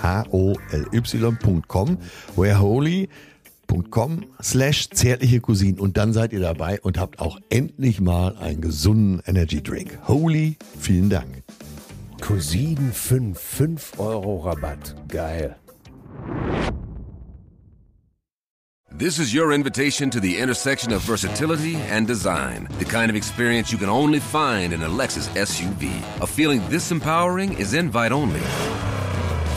H-O-L-Y.com, wareholy.com slash zärtliche Cousinen und dann seid ihr dabei und habt auch endlich mal einen gesunden Energy Drink. Holy, vielen Dank. Cousinen 5, 5 Euro Rabatt. Geil. This is your invitation to the intersection of versatility and design. The kind of experience you can only find in a Lexus SUV. A feeling this empowering is invite only.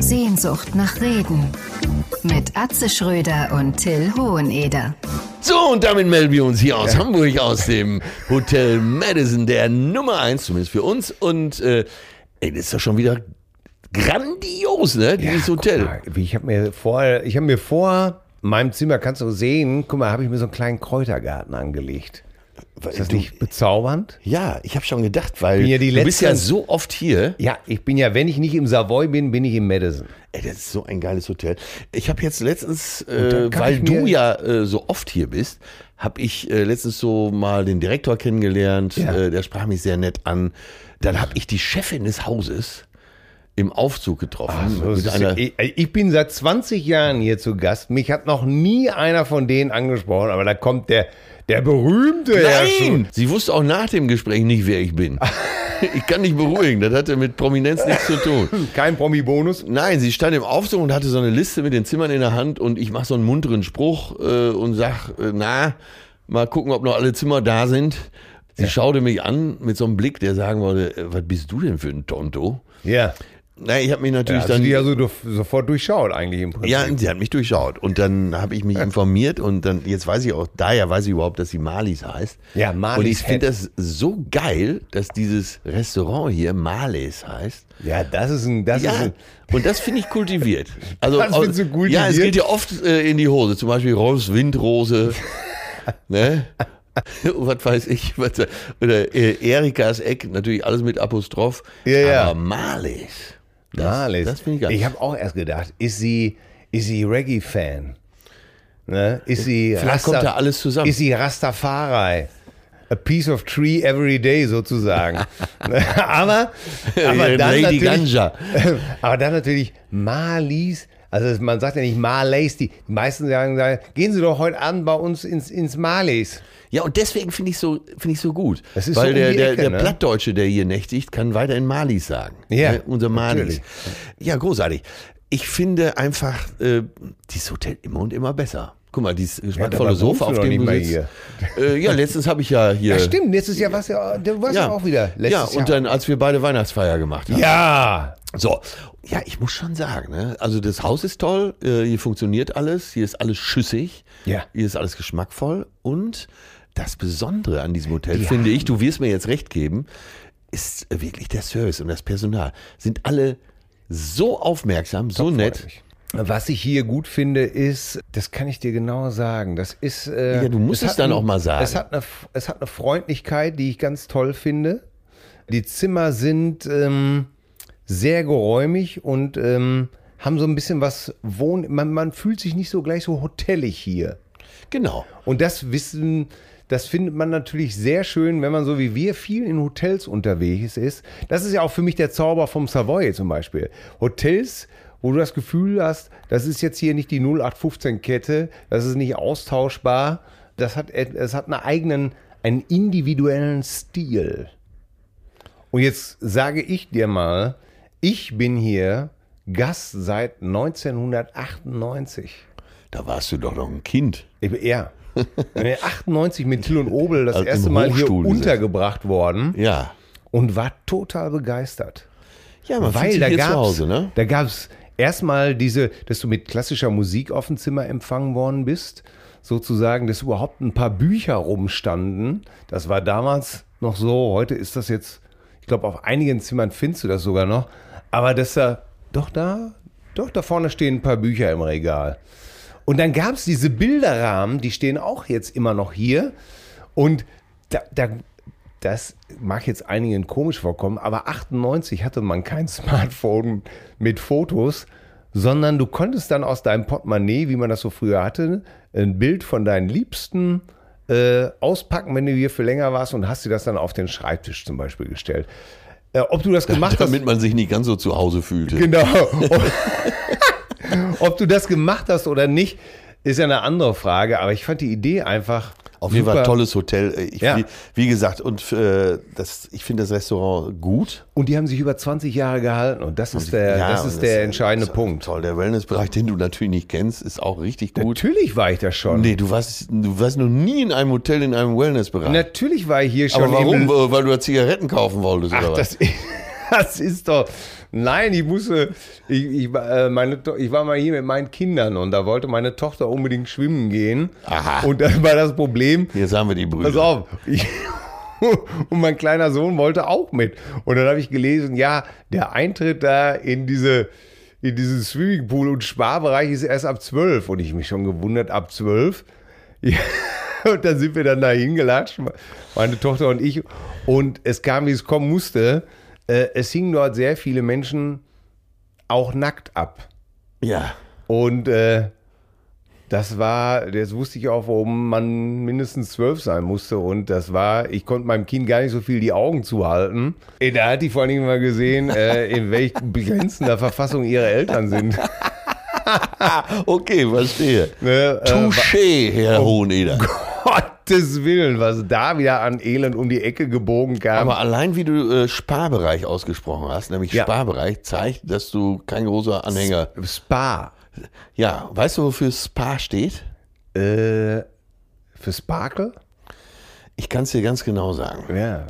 Sehnsucht nach Reden. Mit Atze Schröder und Till Hoheneder. So, und damit melden wir uns hier aus Hamburg, aus dem Hotel Madison, der Nummer 1 zumindest für uns. Und äh, ey, das ist doch schon wieder grandios, ne, dieses guck Hotel. mal, wie Ich habe mir vor, ich habe mir vor meinem Zimmer, kannst du sehen, guck mal, habe ich mir so einen kleinen Kräutergarten angelegt. Ist das Du- nicht bezaubernd? Ja, ich habe schon gedacht, weil Bin ja die du bist ja letzte- so oft hier. Ja, ich bin ja, wenn ich nicht im Savoy bin, bin ich im Madison. Ey, das ist so ein geiles Hotel. Ich habe jetzt letztens, dann äh, kann weil ich du mir- ja äh, so oft hier bist, habe ich äh, letztens so mal den Direktor kennengelernt. Ja. Äh, der sprach mich sehr nett an. Dann habe ich die Chefin des Hauses im Aufzug getroffen. So, es mit ist, einer, ich, also ich bin seit 20 Jahren hier zu Gast. Mich hat noch nie einer von denen angesprochen, aber da kommt der, der berühmte Herr Schu- Nein! Sie wusste auch nach dem Gespräch nicht, wer ich bin. ich kann dich beruhigen, das hatte mit Prominenz nichts zu tun. Kein Promi-Bonus. Nein, sie stand im Aufzug und hatte so eine Liste mit den Zimmern in der Hand und ich mache so einen munteren Spruch äh, und sag, äh, na, mal gucken, ob noch alle Zimmer da sind. Sie schaute mich an mit so einem Blick, der sagen wollte, äh, was bist du denn für ein Tonto? Ja. Na, ich habe mich Ich natürlich hast du dann die ja so do- sofort durchschaut eigentlich im Prinzip. ja, und sie hat mich durchschaut und dann habe ich mich informiert und dann jetzt weiß ich auch, daher weiß ich überhaupt, dass sie Malis heißt. Ja, Marlies Und ich finde Head. das so geil, dass dieses Restaurant hier Malis heißt. Ja, das ist ein, das ist Ja, ein, und das finde ich kultiviert. Also, Das findest du kultiviert? Ja, es geht ja oft äh, in die Hose. Zum Beispiel Rolfs Windrose. ne? was weiß ich. Was, oder äh, Erikas Eck, natürlich alles mit Apostroph. Ja, ja. Aber Marlies. Das, Marlies. Das finde ich geil. Ich habe auch erst gedacht, ist sie, ist sie Reggae-Fan? Ne? Ist sie Vielleicht kommt da alles zusammen. Ist sie Rastafari? A piece of tree every day sozusagen. Ne? aber, aber, dann Äh, Lady natürlich, Ganja. aber dann natürlich Malis. Also man sagt ja nicht Malays, die meisten sagen, sagen, gehen Sie doch heute Abend bei uns ins, ins Malays. Ja, und deswegen finde ich so finde ich so gut. Das ist Weil so um der, die der, Ecke, der ne? Plattdeutsche, der hier nächtigt, kann weiterhin Malis sagen. Ja, Ne? Unser Malis. natürlich. Ja, großartig. Ich finde einfach äh, dieses Hotel immer und immer besser. Guck mal, dieses geschmackvolle dabei wohnst Sofa, du auf doch dem nicht du mehr sitzt. Äh, ja, letztens habe ich ja hier. Ja, stimmt, letztes Jahr warst du ja, du warst ja, auch wieder. ja, Letztes und Jahr. dann, als wir beide Weihnachtsfeier gemacht haben. ja, So, ja, ich muss schon sagen, ne? also das Haus ist toll, äh, hier funktioniert alles, hier ist alles schüssig, Ja. hier ist alles geschmackvoll und das Besondere an diesem Hotel, finde ich, du wirst mir jetzt recht geben, ist wirklich der Service und das Personal. Sind alle so aufmerksam, so nett. mich. Was ich hier gut finde, ist, das kann ich dir genau sagen. Das ist. Äh, Ja, du musst es hat dann ein- auch mal sagen. Es hat, eine, es hat eine Freundlichkeit, die ich ganz toll finde. Die Zimmer sind ähm, sehr geräumig und ähm, haben so ein bisschen was Wohn. Man, man fühlt sich nicht so gleich so hotellig hier. Genau. Und das Wissen, das findet man natürlich sehr schön, wenn man so wie wir viel in Hotels unterwegs ist. Das ist ja auch für mich der Zauber vom Savoy zum Beispiel. Hotels, wo du das Gefühl hast, das ist jetzt hier nicht die 0815-Kette, das ist nicht austauschbar, das hat, et- es hat einen eigenen, einen individuellen Stil. Und jetzt sage ich dir mal, ich bin hier Gast seit 1998. Da warst du doch noch ein Kind. Ich, bin- ja. Nee, 98 mit Till und Obel das Also im erste Mal hier Hochstuhl gesessen. untergebracht worden Ja. und war total begeistert. Ja, man fühlt Weil sich da hier gab's, zu Hause, ne? da gab's erstmal diese, dass du mit klassischer Musik auf dem Zimmer empfangen worden bist, sozusagen, dass überhaupt ein paar Bücher rumstanden. Das war damals noch so. Heute ist das jetzt, ich glaube, auf einigen Zimmern findest du das sogar noch. Aber dass da, doch da, doch da vorne stehen ein paar Bücher im Regal. Und dann gab es diese Bilderrahmen, die stehen auch jetzt immer noch hier. Und da, da, das mag jetzt einigen komisch vorkommen, aber 98 hatte man kein Smartphone mit Fotos, sondern du konntest dann aus deinem Portemonnaie, wie man das so früher hatte, ein Bild von deinen Liebsten äh, auspacken, wenn du hier für länger warst und hast dir das dann auf den Schreibtisch zum Beispiel gestellt. Äh, ob du das gemacht hast, Damit man sich nicht ganz so zu Hause fühlte. Genau. Ob- Ob du das gemacht hast oder nicht, ist ja eine andere Frage. Aber ich fand die Idee einfach. Auf jeden Fall super. tolles Hotel. Ich, Ja. wie, wie gesagt, und äh, das, ich finde das Restaurant gut. Und die haben sich über 20 Jahre gehalten. Und das ist der, Ja, das und ist der entscheidende das ist Punkt. Toll, der Wellnessbereich, den du natürlich nicht kennst, ist auch richtig gut. Natürlich war ich da schon. Nee, du warst, du warst noch nie in einem Hotel in einem Wellnessbereich. Natürlich war ich hier schon. Aber im- warum? Weil du da Zigaretten kaufen wolltest Ach, oder was? das, das ist doch. Nein, ich musste. Ich, ich, war, äh, meine, To- ich war mal hier mit meinen Kindern und da wollte meine Tochter unbedingt schwimmen gehen. Aha. Und dann war das Problem, Jetzt haben wir die Brüder. Pass auf. Ich, und mein kleiner Sohn wollte auch mit. Und dann habe ich gelesen, ja, der Eintritt da in diese in diesen Swimmingpool und Sparbereich ist erst ab 12 und ich mich schon gewundert ab 12. Ja, und dann sind wir dann da hingelatscht, meine Tochter und ich und es kam wie es kommen musste. Äh, Es hingen dort sehr viele Menschen auch nackt ab. Ja. Und äh, das war, das wusste ich auch, warum man mindestens zwölf sein musste. Und das war, ich konnte meinem Kind gar nicht so viel die Augen zuhalten. Äh, Da hat die vor allen Dingen mal gesehen, äh, in welch begrenzender Verfassung ihre Eltern sind. Okay, verstehe. Ne? Äh, Oh. Touché, Herr Hoheneder. Gottes Willen, was da wieder an Elend um die Ecke gebogen kam. Aber allein wie du äh, Sparbereich ausgesprochen hast, nämlich Ja. Sparbereich, zeigt, dass du kein großer Anhänger. Spa. Ja, weißt du, wofür Spa steht? Äh, für Sparkle? Ich kann es dir ganz genau sagen. Ja.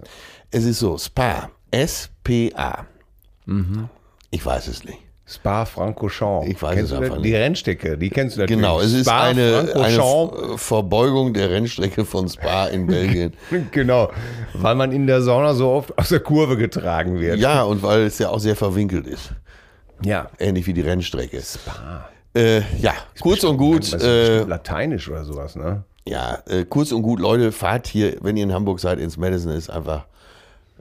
Es ist so, Spa. S-P-A. Mhm. Ich weiß es nicht. Spa Francorchamps. Ich weiß kennst es du einfach das? Die Rennstrecke, die kennst du natürlich. Genau, es ist Hm. Spa eine, Francorchamps. eine Verbeugung der Rennstrecke von Spa in Belgien. Genau, weil man in der Sauna so oft aus der Kurve getragen wird. ja, und weil es ja auch sehr verwinkelt ist. ja. Ähnlich wie die Rennstrecke. Spa. Äh, ja, kurz und gut, Das ist bestimmt äh, Lateinisch oder sowas, ne? ja, äh, kurz und gut, Leute, fahrt hier, wenn ihr in Hamburg seid, ins Madison, ist einfach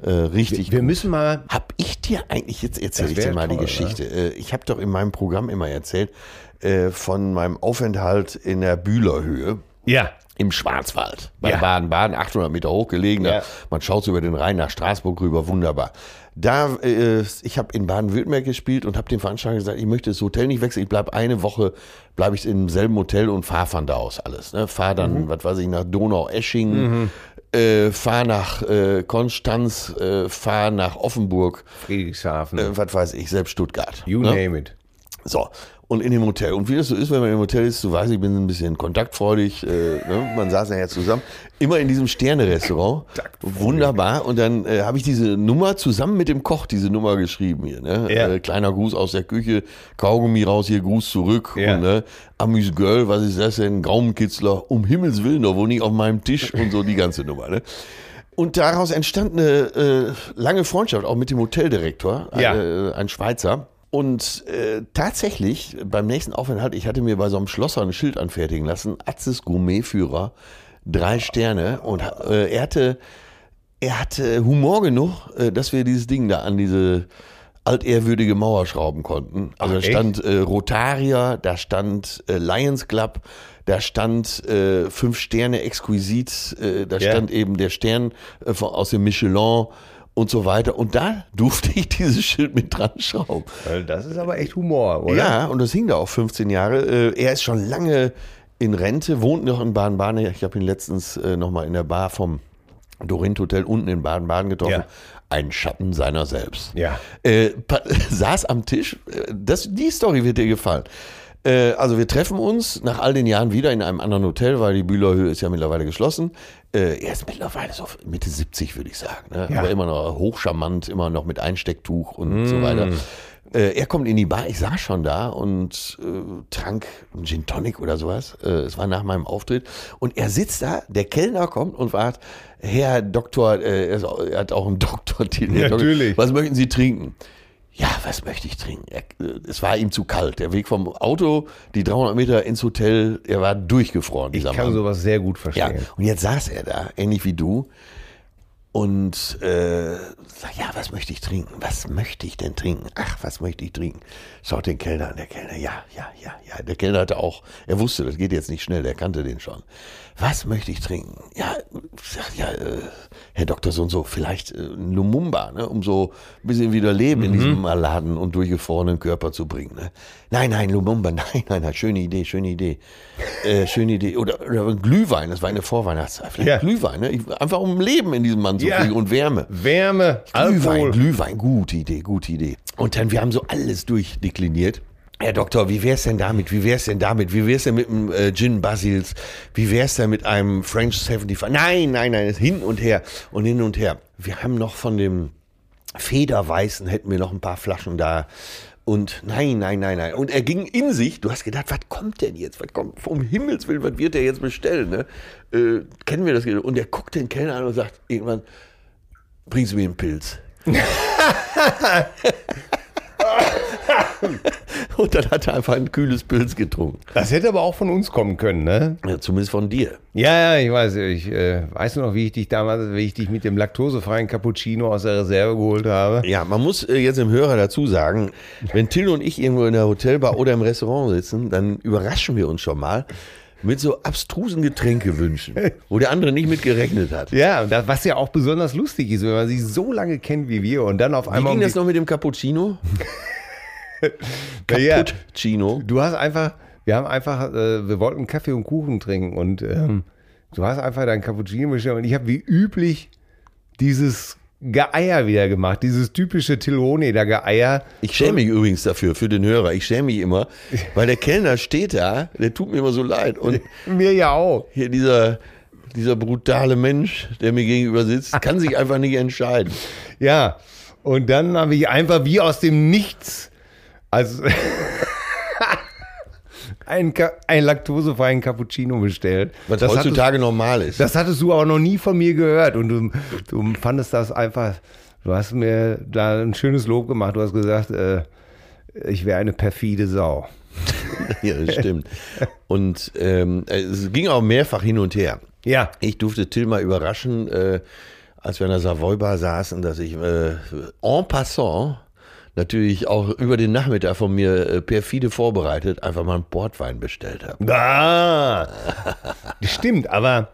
äh, richtig Wir gut. müssen mal. Hab ich dir eigentlich, jetzt erzähle Das ich dir wär mal die toll, Geschichte. Äh, Ich habe doch in meinem Programm immer erzählt, äh, von meinem Aufenthalt in der Bühlerhöhe. Ja. Im Schwarzwald, bei Ja. Baden-Baden, 800 Meter hoch gelegen. Ja. Da, man schaut so über den Rhein nach Straßburg rüber, wunderbar. Da, äh, ich habe in Baden-Württemberg gespielt und habe dem Veranstalter gesagt, ich möchte das Hotel nicht wechseln, ich bleibe eine Woche, bleibe ich im selben Hotel und fahre von da aus alles. Ne? Fahre dann, Mhm. was weiß ich, nach Donau-Eschingen, äh, fahre nach äh, Konstanz, äh, fahre nach Offenburg, Friedrichshafen. äh, was weiß ich, selbst Stuttgart. you ne? name it. So, und in dem Hotel. Und wie das so ist, wenn man im Hotel ist, du weißt, ich bin ein bisschen kontaktfreudig. Äh, ne? Man saß nachher zusammen. Immer in diesem Sterne-Restaurant. Wunderbar. Und dann äh, habe ich diese Nummer zusammen mit dem Koch, diese Nummer geschrieben hier. Ne? Ja. Äh, kleiner Gruß aus der Küche, Kaugummi raus, hier Gruß zurück. Ja. Und, ne? Amüs Girl, was ist das denn? Gaumenkitzler, um Himmels Willen, doch wohl nicht auf meinem Tisch und so die ganze Nummer. Ne? Und daraus entstand eine äh, lange Freundschaft, auch mit dem Hoteldirektor, Ja. äh, ein Schweizer. Und äh, tatsächlich, beim nächsten Aufenthalt, ich hatte mir bei so einem Schlosser ein Schild anfertigen lassen, Atzes Gourmetführer, drei Sterne. Und äh, er hatte er hatte Humor genug, äh, dass wir dieses Ding da an diese altehrwürdige Mauer schrauben konnten. Also da echt? stand äh, Rotaria, da stand äh, Lions Club, da stand äh, Fünf Sterne Exquisit, äh, da Ja. stand eben der Stern äh, von, aus dem Michelin und so weiter. Und da durfte ich dieses Schild mit dran schrauben. Weil Das ist aber echt Humor, oder? Ja, und das hing da auch 15 Jahre. Äh, Er ist schon lange in Rente, wohnt noch in Baden-Baden. Ich habe ihn letztens nochmal in der Bar vom Dorint Hotel unten in Baden-Baden getroffen. Ja. Ein Schatten seiner selbst. Ja. Äh, pa- saß am Tisch. Äh, Das, die Story wird dir gefallen. Äh, Also wir treffen uns nach all den Jahren wieder in einem anderen Hotel, weil die Bühlerhöhe ist ja mittlerweile geschlossen. Äh, Er ist mittlerweile so Mitte 70, würde ich sagen. Ne? Ja. Aber immer noch hochcharmant, immer noch mit Einstecktuch und Mm. so weiter. Äh, Er kommt in die Bar, ich saß schon da und äh, trank einen Gin Tonic oder sowas. Äh, es war nach meinem Auftritt. Und er sitzt da, der Kellner kommt und fragt, Herr Doktor, äh, er, ist, auch- er hat auch einen Doktortitel. der Doktor- Natürlich. Was möchten Sie trinken? Ja, was möchte ich trinken? Er, äh, es war ihm zu kalt. Der Weg vom Auto, die 300 Meter ins Hotel, er war durchgefroren. Ich dieser kann Mann. sowas sehr gut Ja, verstehen. und jetzt saß er da, ähnlich wie du. Und äh, sagt, ja, was möchte ich trinken? Was möchte ich denn trinken? Ach, was möchte ich trinken? Schaut den Kellner an, der Kellner, ja, ja, ja, ja. Der Kellner hatte auch, er wusste, das geht jetzt nicht schnell, der kannte den schon. Was möchte ich trinken? Ja, sag, ja, äh, Herr Doktor, so und so, vielleicht äh, ein Lumumba, ne, um so ein bisschen wieder Leben in diesem maladen und durchgefrorenen Körper zu bringen. Ne? Nein, nein, Lumumba, nein, nein, nein, schöne Idee, schöne Idee. Äh, schöne Idee. Oder, oder Glühwein, das war eine Vorweihnachtszeit. Vielleicht Ja. Glühwein, ne? ich, einfach um Leben in diesem Mann zu Ja. kriegen und Wärme. Wärme, Glühwein, Alkohol. Glühwein, gute Idee, gute Idee. Und dann, wir haben so alles durchdekliniert. Herr Doktor, wie wär's denn damit? Wie wär's denn damit? Wie wär's denn mit einem äh, Gin Basils? Wie wär's denn mit einem French 75? Nein, nein, nein, es hin und her und hin und her. Wir haben noch von dem Federweißen hätten wir noch ein paar Flaschen da. Und nein, nein, nein, nein. Und er ging in sich. Du hast gedacht, was kommt denn jetzt? Was kommt vom Himmels Willen? Was wird der jetzt bestellen? Ne? Äh, kennen wir das? Und er guckt den Kellner an und sagt irgendwann, bringst du mir einen Pilz. und dann hat er einfach ein kühles Pilz getrunken. Das hätte aber auch von uns kommen können, ne? Ja, zumindest von dir. Ja, ja, ich weiß. Ich äh, weiß nur noch, wie ich dich damals, wie ich dich mit dem laktosefreien Cappuccino aus der Reserve geholt habe. Ja, man muss äh, jetzt dem Hörer dazu sagen, wenn Till und ich irgendwo in der Hotelbar oder im Restaurant sitzen, dann überraschen wir uns schon mal mit so abstrusen Getränkewünschen, wo der andere nicht mit gerechnet hat. Ja, das, was ja auch besonders lustig ist, wenn man sie so lange kennt wie wir und dann auf Wie einmal. ging um das die- noch mit dem Cappuccino? ja, Cappuccino. du hast einfach, wir haben einfach, äh, wir wollten Kaffee und Kuchen trinken und Hm. ähm, du hast einfach deinen Cappuccino bestellt und ich habe wie üblich dieses Geeier wieder gemacht, dieses typische Tilone da Geeier. Ich schäme mich übrigens dafür, für den Hörer. Ich schäme mich immer, weil der Kellner steht da, der tut mir immer so leid. Und Mir ja auch. hier dieser, dieser brutale Mensch, der mir gegenüber sitzt, kann sich einfach nicht entscheiden. Ja. Und dann habe ich einfach wie aus dem Nichts, also einen, Ka einen laktosefreien Cappuccino bestellt. Was Das hat es- heutzutage normal ist. Das hattest du aber noch nie von mir gehört und du, du fandest das einfach, du hast mir da ein schönes Lob gemacht. Du hast gesagt, äh, ich wäre eine perfide Sau. ja, das stimmt. Und ähm, es ging auch mehrfach hin und her. Ja. Ich durfte Till mal überraschen, äh, als wir in der Savoy-Bar saßen, dass ich äh, en passant natürlich auch über den Nachmittag von mir äh, perfide vorbereitet einfach mal einen Portwein bestellt habe. Ah. Stimmt, aber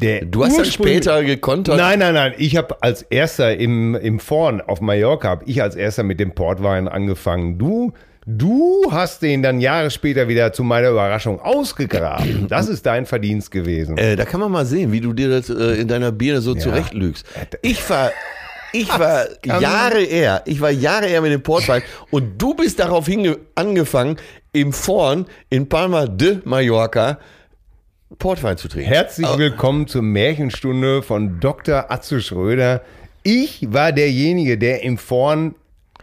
der Du hast dann ursprüngliche- später gekontert. Nein, nein, nein. Ich habe als erster im, im Vorn auf Mallorca, habe ich als erster mit dem Portwein angefangen. Du, du hast den dann Jahre später wieder zu meiner Überraschung ausgegraben. Das ist dein Verdienst gewesen. Äh, da kann man mal sehen, wie du dir das äh, in deiner Birne so zurechtlügst. Äh, Ich war, ich war Jahre eher, ich war Jahre eher mit dem Portwein und du bist darauf hinge angefangen, im Vorn in Palma de Mallorca Portwein zu trinken. Herzlich willkommen zur Märchenstunde von Dr. Atze Schröder. Ich war derjenige, der im Vorn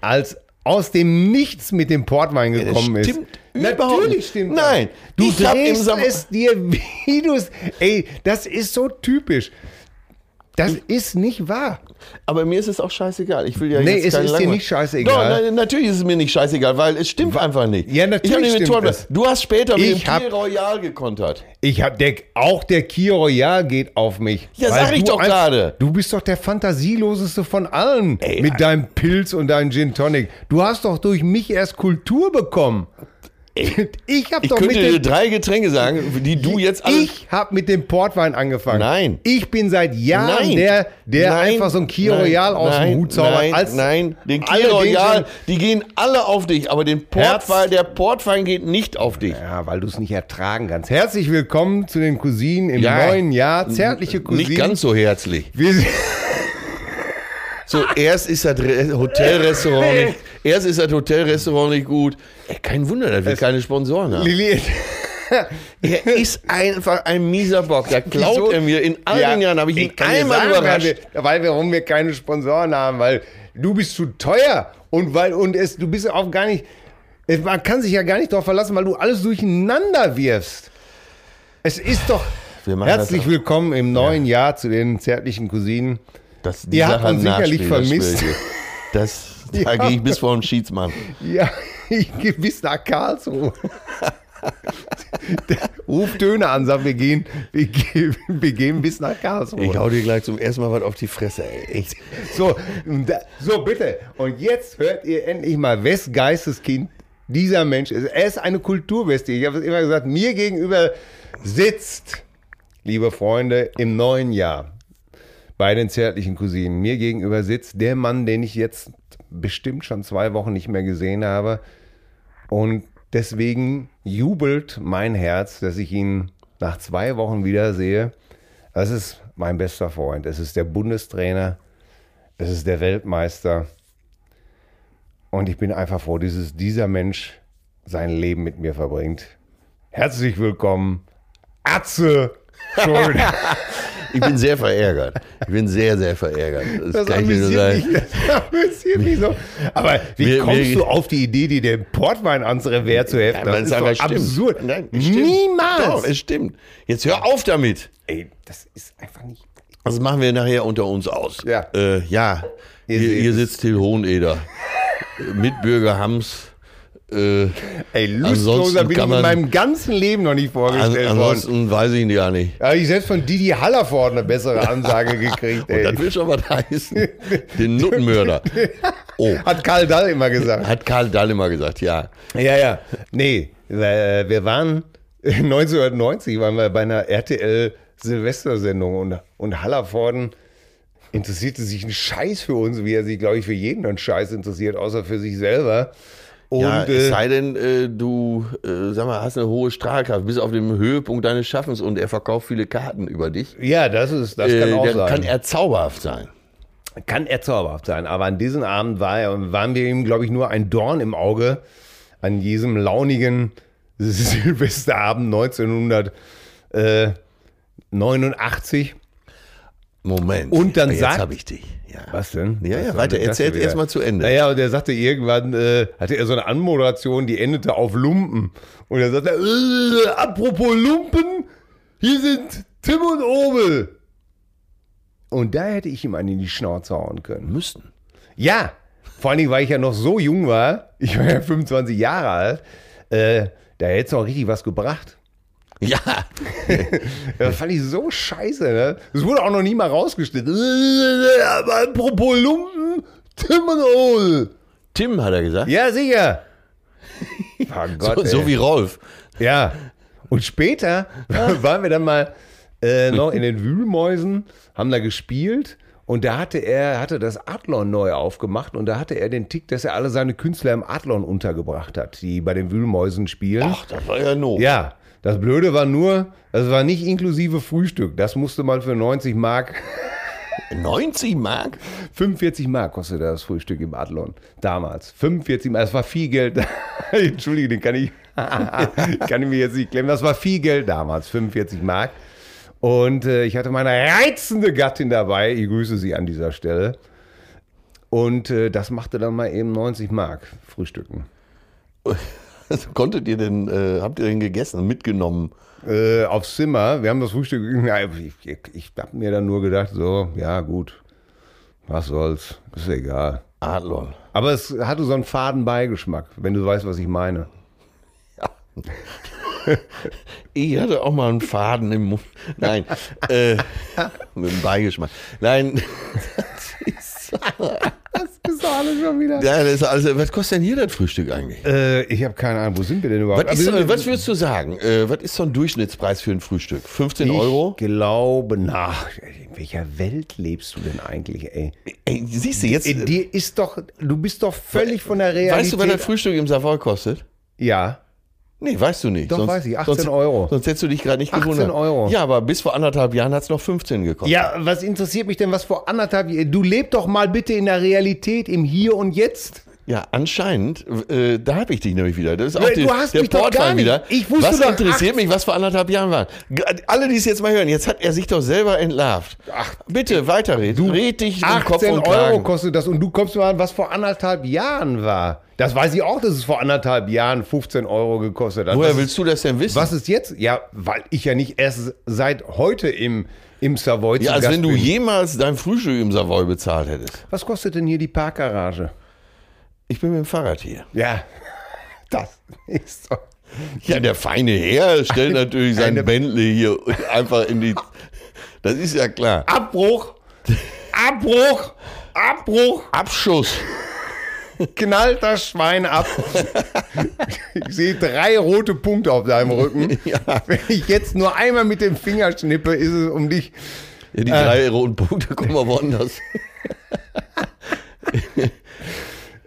als aus dem Nichts mit dem Portwein gekommen Das ist. stimmt überhaupt nicht. Nein, Du ich hab im drehst Sam- es dir, wie du's. Ey, das ist so typisch. Das Hm. ist nicht wahr. Aber mir ist es auch scheißegal. Ich will ja Nee, jetzt es keine ist dir Langeweile- nicht scheißegal. Doch, na, natürlich ist es mir nicht scheißegal, weil es stimmt einfach nicht. Ja, natürlich ich hab nicht mit stimmt Torben- es. Du hast später mit Ich dem Kiel hab- Royal gekontert. Ich hab der, auch der Kia Royal geht auf mich. Ja, Weil sag ich du doch einst- gerade. Du bist doch der fantasieloseste von allen Ey, mit Alter. deinem Pilz und deinem Gin Tonic. Du hast doch durch mich erst Kultur bekommen. ich hab Ich doch mit könnte dir dem, drei Getränke sagen, die du jetzt alle. ich hab mit dem Portwein angefangen. Nein. Ich bin seit Jahren Nein. der, der Nein. einfach so ein Kia Nein. Royal aus Nein. dem Hut zaubert. Nein, als nein, den alle Kia Royal, schon- die gehen alle auf dich, aber den Herz. Portwein, der Portwein geht nicht auf dich. Ja, weil du es nicht ertragen kannst. Herzlich willkommen zu den Cousinen im Ja. neuen Jahr. Zärtliche Cousinen. Nicht ganz so herzlich. Wir sind Ah. Zuerst ist das Re- Hotelrestaurant nicht. Erst ist das Hotelrestaurant nicht gut. Ey, kein Wunder, dass wir keine Sponsoren haben. Lili. Er ist einfach ein mieser Bock. Da klaut Wieso? er mir. In all Ja, den Jahren habe ich ihn kann dir einmal sagen, überrascht. Weil wir, weil wir, warum wir keine Sponsoren haben, weil du bist zu teuer und weil und es, du bist auch gar nicht. es- Man kann sich ja gar nicht darauf verlassen, weil du alles durcheinander wirfst. Es ist doch. Wir machen das Herzlich auch. willkommen im neuen Jahr zu den zärtlichen Cousinen. Das, die Ihr Sache habt uns hat sicherlich Nachspiel, das vermisst. schwöre ich dir. Das, da Ja. gehe ich bis vor den Schiedsmann. Ja, ich gehe bis nach Karlsruhe. Ruf Döner an, sag, wir gehen, wir gehen, wir gehen bis nach Karlsruhe. Ich hau dir gleich zum ersten Mal was auf die Fresse, ey. Echt. So, und da, so bitte. Und jetzt hört ihr endlich mal Westgeisteskind. Dieser Mensch ist, er ist eine Kulturweste. Ich habe es immer gesagt, mir gegenüber sitzt, liebe Freunde, im neuen Jahr bei den zärtlichen Cousinen. Mir gegenüber sitzt der Mann, den ich jetzt bestimmt schon zwei Wochen nicht mehr gesehen habe. Und deswegen jubelt mein Herz, dass ich ihn nach zwei Wochen wiedersehe. Das ist mein bester Freund. Es ist der Bundestrainer. Es ist der Weltmeister. Und ich bin einfach froh, dass dieser Mensch sein Leben mit mir verbringt. Herzlich willkommen, Atze Schröder. Ich bin sehr verärgert. Ich bin sehr, sehr verärgert. Das, Das kann ich dir nur amüsiert sagen. mich, das amüsiert mich so. Aber wie Mir- kommst mir- du auf die Idee, dir den Portwein ans Revers zu heften? weil es das ist einfach doch stimmt. absurd. Nein, es stimmt. Doch, Niemals. es stimmt. Jetzt hör auf damit. Ey, das ist einfach nicht. Das machen wir nachher unter uns aus. Ja. Äh, ja. Hier, Ihr seht hier es. sitzt Till Hoheneder. Mitbürger Hams. Äh, Ey, Ansonsten lustloser bin ich kann in man- meinem ganzen Leben noch nicht an, vorgestellt worden. ansonsten weiß ich ihn gar nicht. Da habe ich selbst von Didi Hallervord eine bessere Ansage gekriegt. Und das Ey. will schon was heißen. Den Nuttenmörder. Oh. Hat Karl Dall immer gesagt. Hat Karl Dall immer gesagt, ja. Ja, ja. Nee, äh, wir waren 1990 waren wir bei einer RTL Silvestersendung und, und Hallervorden interessierte sich ein Scheiß für uns, wie er sich, glaube ich, für jeden einen Scheiß interessiert, außer für sich selber. Und ja es äh, sei denn, äh, du äh, sag mal, hast eine hohe Strahlkraft, bist auf dem Höhepunkt deines Schaffens und er verkauft viele Karten über dich. ja, das ist, das kann Äh, auch dann sein. kann er zauberhaft sein. kann er zauberhaft sein, aber an diesem Abend war er, waren wir ihm, glaube ich, nur ein Dorn im Auge an diesem launigen Silvesterabend 1989. Moment. Und dann jetzt sagt- habe ich dich. Ja. Was denn? Ja, Was ja, denn? weiter. Das Erzähl wieder. erst mal zu Ende. Naja, und er sagte irgendwann, äh, hatte er so eine Anmoderation, die endete auf Lumpen. Und er sagte, äh, apropos Lumpen, hier sind Tim und Obel. Und da hätte ich ihm einen in die Schnauze hauen können. Müssen. Ja, vor allen Dingen, weil ich ja noch so jung war, ich war ja 25 Jahre alt, äh, da hätte es auch richtig was gebracht. Ja. Das fand ich so scheiße, ne? Das wurde auch noch nie mal rausgeschnitten. Aber apropos Lumpen, Tim und Ohl. Tim hat er gesagt. Ja, sicher. Oh Gott, so, so ey. wie Rolf. Ja. Und später waren wir dann mal äh, noch in den Wühlmäusen, haben da gespielt und da hatte er hatte das Adlon neu aufgemacht und da hatte er den Tick, dass er alle seine Künstler im Adlon untergebracht hat, die bei den Wühlmäusen spielen. Ach, das war ja no. Ja, das Blöde war nur, das war nicht inklusive Frühstück. Das musste man für 90 Mark, 90 Mark? 45 Mark kostete das Frühstück im Adlon damals. 45 Mark, das war viel Geld. Entschuldige, den kann ich, kann ich mir jetzt nicht klemmen. Das war viel Geld damals, 45 Mark. Und äh, ich hatte meine reizende Gattin dabei. Ich grüße sie an dieser Stelle. Und äh, das machte dann mal eben 90 Mark Frühstücken. Konntet ihr denn, äh, habt ihr denn gegessen und mitgenommen? Äh, aufs Zimmer, wir haben das Frühstück, na, ich, ich, ich habe mir dann nur gedacht, so, ja gut, was soll's, ist egal. Adlon. Aber es hatte so einen faden Beigeschmack, wenn du weißt, was ich meine. Ich hatte auch mal einen Faden im Mund. Nein, äh, mit dem Beigeschmack. Nein, Das ist doch alles schon wieder. ja, das ist also, was kostet denn hier das Frühstück eigentlich? Äh, ich habe keine Ahnung, wo sind wir denn überhaupt? was, ist, Aber wir so- sind- was würdest du sagen? Äh, was ist so ein Durchschnittspreis für ein Frühstück? 15 Euro? Ich glaube, nach in welcher Welt lebst du denn eigentlich, ey? Ey, siehst du jetzt? In äh, dir ist doch, du bist doch völlig von der Realität. Weißt du, was das Frühstück im Savoy kostet? Ja. Nee, weißt du nicht. Doch, Sonst- weiß ich, 18 sonst, Euro. Sonst hättest du dich gerade nicht 18 gewundert. Euro. Ja, aber bis vor anderthalb Jahren hat es noch 15 gekostet. Ja, was interessiert mich denn, was vor anderthalb Jahren? Du lebst doch mal bitte in der Realität, im Hier und Jetzt. Ja, anscheinend, äh, da habe ich dich nämlich wieder. Das ist auch Du die, hast der mich doch Portwein gar nicht. wieder. Ich wusste was doch, interessiert mich, was vor anderthalb Jahren war? G- Alle, die es jetzt mal hören, jetzt hat er sich doch selber entlarvt. Ach, Bitte, weiterreden. Du red dich im Kopf 18 und Euro Kragen. kostet das und du kommst mal an, was vor anderthalb Jahren war. Das weiß ich auch, dass es vor anderthalb Jahren 15 Euro gekostet hat. Woher Das- willst du das denn wissen? Was ist jetzt? Ja, weil ich ja nicht erst seit heute im, im Savoy zu ja, als Gast wenn du bin. jemals dein Frühstück im Savoy bezahlt hättest. Was kostet denn hier die Parkgarage? Ich bin mit dem Fahrrad hier. Ja, das ist doch. Ja, der feine Herr stellt natürlich seinen eine- Bentley hier einfach in die. Das ist ja klar. Abbruch! Abbruch! Abbruch! Abschuss. Knallt das Schwein ab. Ich sehe drei rote Punkte auf deinem Rücken. Wenn ich jetzt nur einmal mit dem Finger schnippe, ist es um dich. Ja, die drei roten Punkte kommen wir woanders.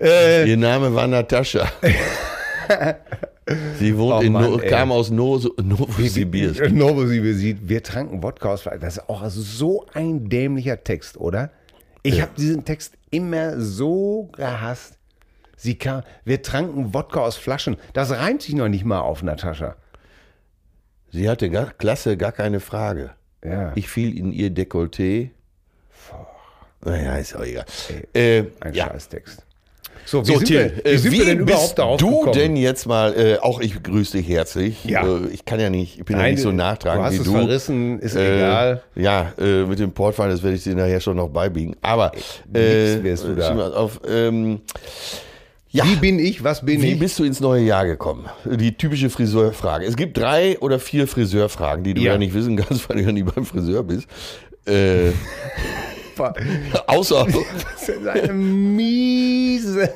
Äh. Ihr Name war Natascha. Sie wohnt Oh in Mann, no ey. kam aus no Novosibirsk. Novosibirsk sieht, wir tranken Wodka aus Fleisch. Das ist auch also so ein dämlicher Text, oder? Ich habe diesen Text immer so gehasst. Sie kam, wir tranken Wodka aus Flaschen. Das reimt sich noch nicht mal auf, Natascha. Sie hatte gar, klasse, gar keine Frage. Ja. Ich fiel in ihr Dekolleté. Naja, ist auch egal. Äh, Ein ja. Scheißtext. So, wie So, sind Till, wir, wie äh, sind wie wir denn bist überhaupt darauf du gekommen? denn jetzt mal, äh, auch ich grüße dich herzlich. Ja. Äh, ich kann ja nicht, ich bin ja Nein, nicht so nachtragend du hast wie es du. verrissen, ist egal. Ja, äh, mit dem Portwein, das werde ich dir nachher schon noch beibiegen. Aber äh, Nix wärst du da. schieben wir Auf, ähm, ja, Wie wie, bin ich, was bin ich? bist du ins neue Jahr gekommen? Die typische Friseurfrage. Es gibt drei oder vier Friseurfragen, die du ja, Ja. nicht wissen kannst, weil du ja nie beim Friseur bist. Äh, außer Das ist eine miese.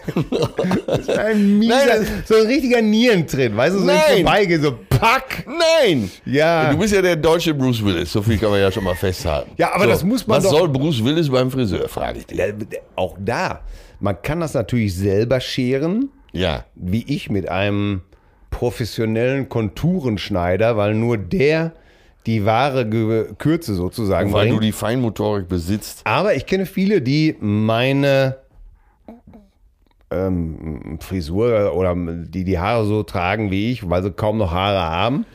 Das ist ein mieser. Nein. so ein richtiger Nierentritt, weißt du, so Nein. im Vorbeigehen, so pack. Nein! Ja. Du bist ja der deutsche Bruce Willis, so viel kann man ja schon mal festhalten. Ja, aber so, das muss man Was doch- soll Bruce Willis beim Friseur, frage ich dich. Ja, Auch da. Man kann das natürlich selber scheren, Ja. wie ich mit einem professionellen Konturenschneider, weil nur der die wahre Ge- Kürze sozusagen Weil du bringt. die Feinmotorik besitzt. Aber ich kenne viele, die meine ähm, Frisur oder die die Haare so tragen wie ich, weil sie kaum noch Haare haben.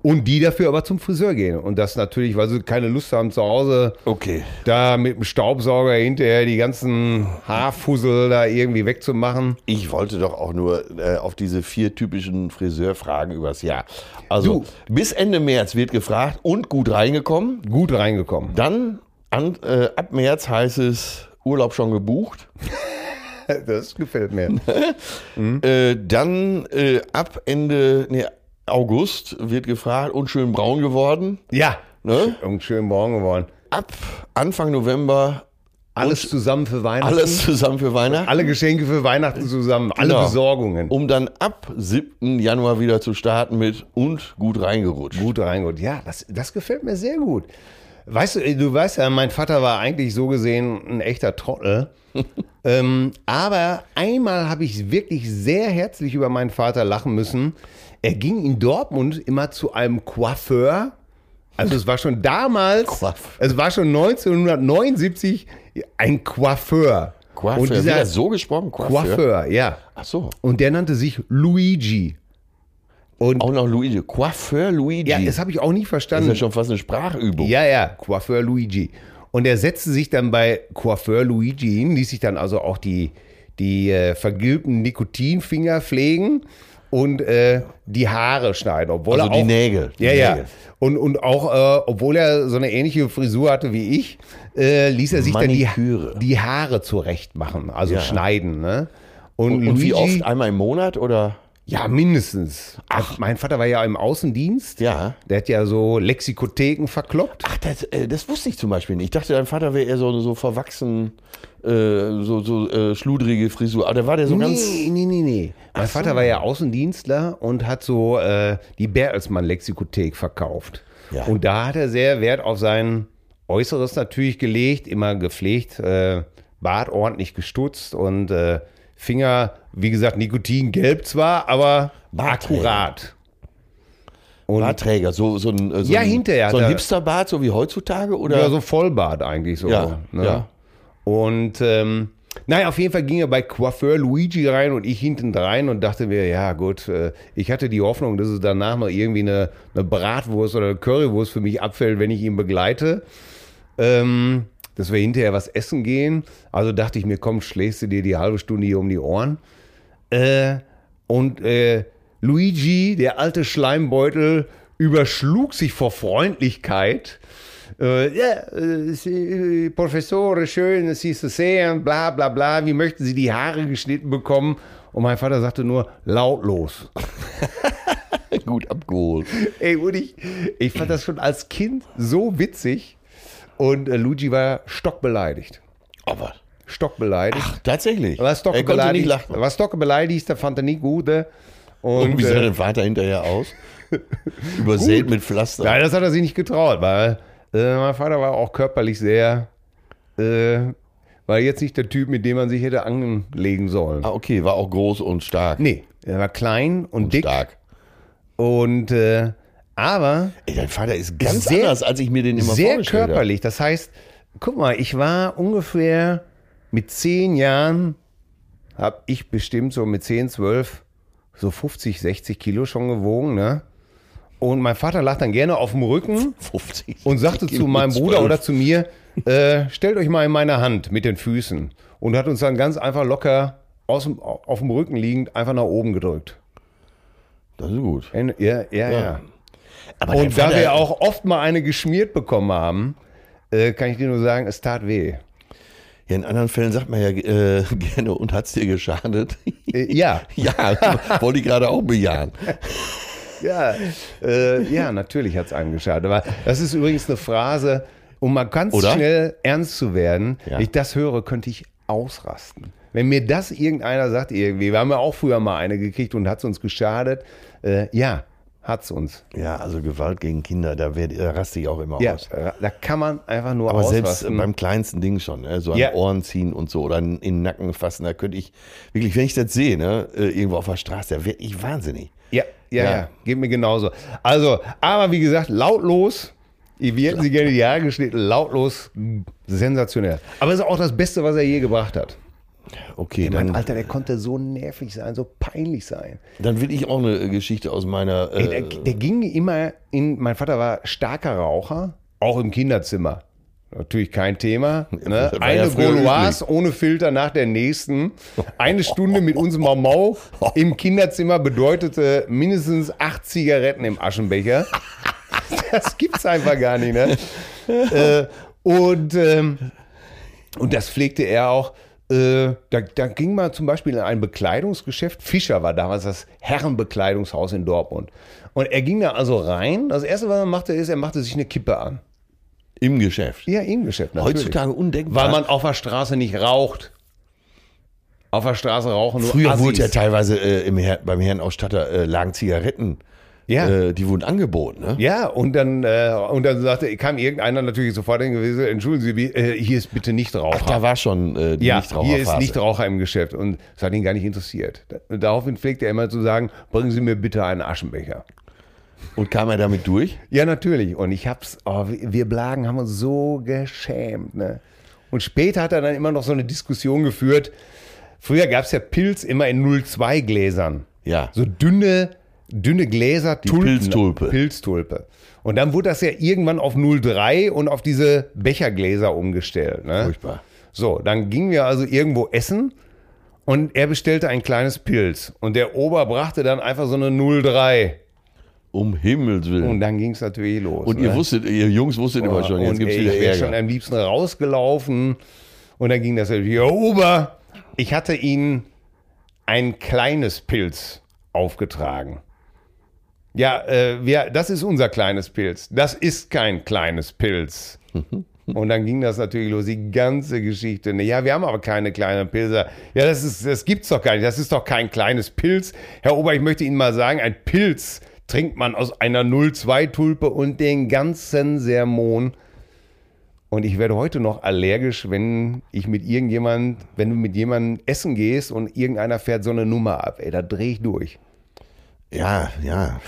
Und die dafür aber zum Friseur gehen. Und das natürlich, weil sie keine Lust haben, zu Hause Okay. da mit dem Staubsauger hinterher die ganzen Haarfussel da irgendwie wegzumachen. Ich wollte doch auch nur äh, auf diese vier typischen Friseurfragen übers Jahr. Also bis Ende März wird gefragt und gut reingekommen. Gut reingekommen. Dann an, äh, ab März heißt es Urlaub schon gebucht. Das gefällt mir. Hm. Äh, dann äh, ab Ende nee, August wird gefragt und schön braun geworden. Ja. Ne? Und schön morgen geworden. Ab Anfang November Alles zusammen für Weihnachten. alles zusammen für Weihnachten. Mhm. Alle Geschenke für Weihnachten zusammen. Alle Genau. Besorgungen. Um dann ab 7. Januar wieder zu starten mit und gut reingerutscht. Gut reingeholt. Ja, das, das gefällt mir sehr gut. Weißt du, du weißt ja, mein Vater war eigentlich so gesehen ein echter Trottel. ähm, aber einmal habe ich wirklich sehr herzlich über meinen Vater lachen müssen. Er ging in Dortmund immer zu einem Coiffeur. Also es war schon damals, Coiff. es war schon 1979 ein Coiffeur. Coiffeur. Und Wird dieser das so gesprochen? Coiffeur. Coiffeur, ja. Ach so. Und der nannte sich Luigi. Und Auch noch Luigi. Coiffeur Luigi. ja, das habe ich auch nie das verstanden. ist ja schon fast eine Sprachübung. Ja, ja, Coiffeur Luigi. Und er setzte sich dann bei Coiffeur Luigi hin, ließ sich dann also auch die, die äh, vergilbten Nikotinfinger pflegen und äh, die Haare schneiden, obwohl Also er auch, die Nägel, die ja, ja. Nägel. Und, und auch, äh, obwohl er so eine ähnliche Frisur hatte wie ich, äh, ließ er sich Maniküre. dann die, die Haare zurecht machen, also Ja. schneiden. Ne? Und, Und wie Luigi- oft? Einmal im Monat oder? Ja, mindestens. Ach, mein Vater war ja im Außendienst. Ja. Der hat ja so Lexikotheken verkloppt. Ach, das, äh, das wusste ich zum Beispiel nicht. Ich dachte, dein Vater wäre eher so, so verwachsen, äh, so, so äh, schludrige Frisur. Aber der war der so ganz. nee, nee, nee, nee. Mein Vater war ja Außendienstler und hat so äh, die Bertelsmann-Lexikothek verkauft. Ja. Und da hat er sehr Wert auf sein Äußeres natürlich gelegt, immer gepflegt, äh, Bart ordentlich gestutzt und äh, Finger, wie gesagt, nikotingelb zwar, aber Barträger. akkurat. Und Bartträger, so, so ein, äh, so Ja, ein, hinterher so hat ein er- Hipsterbart, so wie heutzutage? Oder? Ja, so Vollbart eigentlich so. Ja, ne? ja. Und ähm, naja, auf jeden Fall ging er bei Coiffeur Luigi rein und ich hinten rein und dachte mir, ja gut, äh, ich hatte die Hoffnung, dass es danach mal irgendwie eine, eine Bratwurst oder eine Currywurst für mich abfällt, wenn ich ihn begleite. Ähm, dass wir hinterher was essen gehen. Also dachte ich mir, komm, schlägst du dir die halbe Stunde hier um die Ohren. Äh, und äh, Luigi, der alte Schleimbeutel, überschlug sich vor Freundlichkeit. Äh, ja, äh, Sie, äh, Professore, schön, Sie zu sehen, bla bla bla. Wie möchten Sie die Haare geschnitten bekommen? Und mein Vater sagte nur lautlos. gut abgeholt. Ey, und ich, ich fand das schon als Kind so witzig. Und äh, Luigi war stockbeleidigt. Aber Stockbeleidigt. tatsächlich. war er konnte nicht stockbeleidigt. lachen. War stockbeleidigt, da fand er nicht gut. ne? Und, Und wie sah äh, dein Vater hinterher aus? Übersät mit Pflaster. Nein, das hat er sich nicht getraut, weil äh, mein Vater war auch körperlich sehr, äh, war jetzt nicht der Typ, mit dem man sich hätte anlegen sollen. Ah, okay, war auch groß und stark. Nee, er war klein und, dick Stark. und äh, aber Ey, dein Vater ist ganz Sehr- anders, als ich mir den immer sehr vorgestellt habe. körperlich. Das heißt, guck mal, ich war ungefähr mit zehn Jahren, habe ich bestimmt so mit 10, 12, so 50, 60 Kilo schon gewogen, ne? Und mein Vater lag dann gerne auf dem Rücken. 50. und sagte Kilo zu meinem mit Bruder 12. oder zu mir, äh, stellt euch mal in meine Hand mit den Füßen. Und hat uns dann ganz einfach locker aus dem, auf dem Rücken liegend einfach nach oben gedrückt. Das ist gut. Ja, ja, ja. ja. Aber dein Und da Vater- wir auch oft mal eine geschmiert bekommen haben, äh, kann ich dir nur sagen, es tat weh. Ja, in anderen Fällen sagt man ja äh, gerne, und hat's dir geschadet? Äh, ja, ja, wollte ich gerade auch bejahen. ja, äh, ja, natürlich hat es einem geschadet. Aber das ist übrigens eine Phrase, um mal ganz Oder? schnell ernst zu werden. Ja. Wenn ich das höre, könnte ich ausrasten. Wenn mir das irgendeiner sagt, irgendwie, wir haben ja auch früher mal eine gekriegt und hat es uns geschadet. Äh, ja, hat es uns. Ja, also Gewalt gegen Kinder, da, werd, da raste ich auch immer Ja, aus. ra- da kann man einfach nur Aber selbst ausrasten. beim kleinsten Ding schon, ne? so an Ja. Ohren ziehen und so oder in den Nacken fassen, da könnte ich wirklich, wenn ich das sehe, ne, äh, irgendwo auf der Straße, da werde ich wahnsinnig. ja, ja, Ja. ja, geht mir genauso. Also, aber wie gesagt, lautlos. Wir hätten sie gerne die Haare geschnitten, lautlos, sensationell. Aber es ist auch das Beste, was er je gebracht hat. Okay, Mein dann, Alter, der konnte so nervig sein, so peinlich sein. dann will ich auch eine Geschichte aus meiner. Äh, Ey, der, der ging immer in, mein Vater war starker Raucher, auch im Kinderzimmer. Natürlich kein Thema. Ne? das war ja Eine früher Gauloise ohne Filter nach der nächsten. Eine Stunde mit uns Mau im Kinderzimmer bedeutete mindestens acht Zigaretten im Aschenbecher. Das gibt's einfach gar nicht, ne? äh, und, ähm, und das pflegte er auch. Äh, da, da ging man zum Beispiel in ein Bekleidungsgeschäft. Fischer war damals das Herrenbekleidungshaus in Dortmund. Und er ging da also rein. Das Erste, was er machte, ist, er machte sich eine Kippe an. Im Geschäft. Ja, im Geschäft natürlich. Heutzutage undenkbar. Weil man auf der Straße nicht raucht. Auf der Straße rauchen nur Früher Assis. wurde ja teilweise äh, im Her beim Herrenausstatter äh, lagen Zigaretten. Ja. Äh, die wurden angeboten, ne? Ja, und dann, äh, und dann sagte, kam irgendeiner natürlich sofort hingewiesen, entschuldigen Sie, wie- äh, hier ist bitte nicht Raucher. Da war schon äh, die ja, hier Nichtraucherphase. ist Nichtraucher im Geschäft und es hat ihn gar nicht interessiert. Da- Daraufhin pflegt er immer zu sagen, bringen Sie mir bitte einen Aschenbecher. Und kam er damit durch? Ja, natürlich. Und ich hab's, oh, wir wir Blagen haben uns so geschämt. Ne? Und später hat er dann immer noch so eine Diskussion geführt. Früher gab's ja Pilz immer in 02 Gläsern. Ja. So dünne, dünne Gläser, Die Pilztulpe. Pilztulpe. Und dann wurde das ja irgendwann auf 03 und auf diese Bechergläser umgestellt. Ne? Furchtbar. So, dann gingen wir also irgendwo essen Und er bestellte ein kleines Pilz. Und der Ober brachte dann einfach so eine 03. Um Himmels Willen. Und Und, dann ging es natürlich los. ihr ne? wusstet, ihr Jungs wusstet immer schon, jetzt und gibt's ey, wieder ich wäre schon Ärger. am liebsten rausgelaufen. Und dann ging das natürlich, "Ja, Ober, ich hatte ihnen ein kleines Pilz aufgetragen. Ja, äh, wir, das ist unser kleines Pilz. Das ist kein kleines Pilz. Und dann ging das natürlich los, die ganze Geschichte. Ne, Ja, wir haben aber keine kleinen Pilze. Ja, das, ist, das gibt's doch gar nicht. Das ist doch kein kleines Pilz. Herr Ober, ich möchte Ihnen mal sagen, ein Pilz trinkt man aus einer 02-Tulpe und den ganzen Sermon. Und ich werde heute noch allergisch, wenn ich mit irgendjemand, wenn du mit jemandem essen gehst und irgendeiner fährt so eine Nummer ab. Ey, da drehe ich durch. Ja, ja.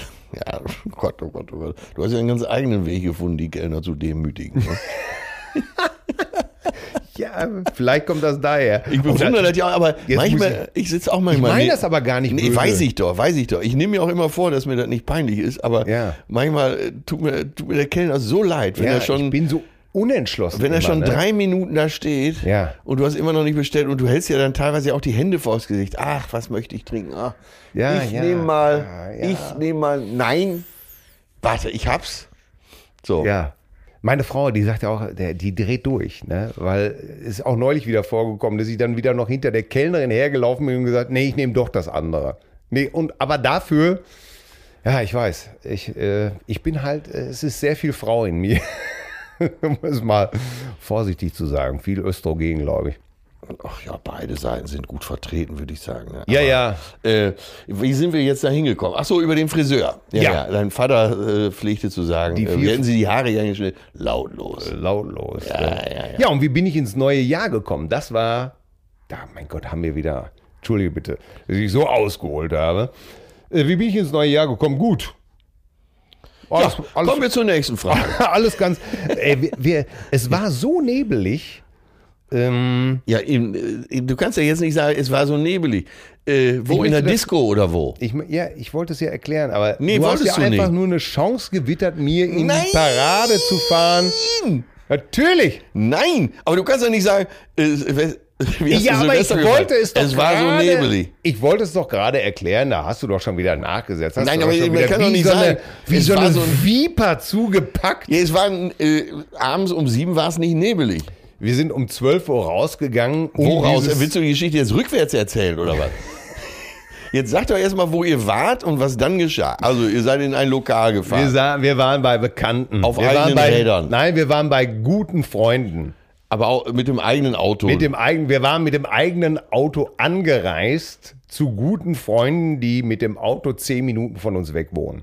Ja, oh Gott, oh Gott, oh Gott. Du hast ja einen ganz eigenen Weg gefunden, die Kellner zu demütigen. Ne? Ja, vielleicht kommt das daher. Ich bewundere das ja, aber Jetzt muss manchmal, ich, sitze auch manchmal. Ich meine ne- das aber gar nicht Nee, böse. weiß ich doch, weiß ich doch. Ich nehme mir auch immer vor, dass mir das nicht peinlich ist, aber Ja. manchmal äh, tut mir, tut mir der Kellner so leid, wenn ja, er schon, ich bin so unentschlossen. wenn er immer, schon ne? drei Minuten da steht Ja. und du hast immer noch nicht bestellt und du hältst ja dann teilweise auch die Hände vors Gesicht. Ach, was möchte ich trinken? Ach, Ja, ich ja, nehme mal, ja, ja. ich nehme mal, nein, warte, ich hab's. So. Ja. Meine Frau, die sagt ja auch, der, die dreht durch, ne? Weil es ist auch neulich wieder vorgekommen, dass ich dann wieder noch hinter der Kellnerin hergelaufen bin und gesagt, nee, ich nehme doch das andere. Nee, und aber dafür, ja, ich weiß, ich, äh, ich bin halt, äh, es ist sehr viel Frau in mir. um es mal vorsichtig zu sagen. Viel Östrogen, glaube ich. Ach ja, beide Seiten sind gut vertreten, würde ich sagen. ne? Ja, Aber- ja. Äh, wie sind wir jetzt da hingekommen? Ach so, über den Friseur. Ja. dein Vater äh, pflegte zu sagen, Die äh, vier- wie hätten sie die Haare angeschnitten? Lautlos. Lautlos. ne? Ja, ja, ja. ja, und wie bin ich ins neue Jahr gekommen? Das war, da, mein Gott, haben wir wieder, entschuldige bitte, dass ich so ausgeholt habe. Äh, Wie bin ich ins neue Jahr gekommen? Gut. Ja, Alles, alles, kommen wir zur nächsten Frage. alles ganz, ey, wir, wir, es war so nebelig. Ähm, ja, eben, äh, du kannst ja jetzt nicht sagen, es war so nebelig. Äh, wo möchte in der das- Disco oder wo? ich, m- ja, ich wollte es ja erklären, aber Nee, du hast ja wolltest du einfach nicht. nur eine Chance gewittert, mir in Nein! die Parade zu fahren. Natürlich. Nein, aber du kannst ja nicht sagen, äh, we- wie hast du Ja, aber ich Silvester gefeiert? wollte es doch Es war so gerade- nebelig. Ich wollte es doch gerade erklären, da hast du doch schon wieder nachgesetzt. Hast Nein, du aber doch schon man wieder kann wie doch nicht so eine, sagen, wie es so war eine so ein- Viper zugepackt. Ja, es war äh, abends um sieben war es nicht nebelig. Wir sind um 12 Uhr rausgegangen. Um Woraus? dieses- Willst du die Geschichte jetzt rückwärts erzählen oder was? Jetzt sag doch erstmal, wo ihr wart und was dann geschah. Also, ihr seid in ein Lokal wir, gefahren. sah, wir waren bei Bekannten. Auf wir waren eigenen bei, Rädern. Nein, wir waren bei guten Freunden. aber auch mit dem eigenen Auto. Mit dem eigen, wir waren mit dem eigenen Auto angereist zu guten Freunden, die mit dem Auto 10 Minuten von uns weg wohnen.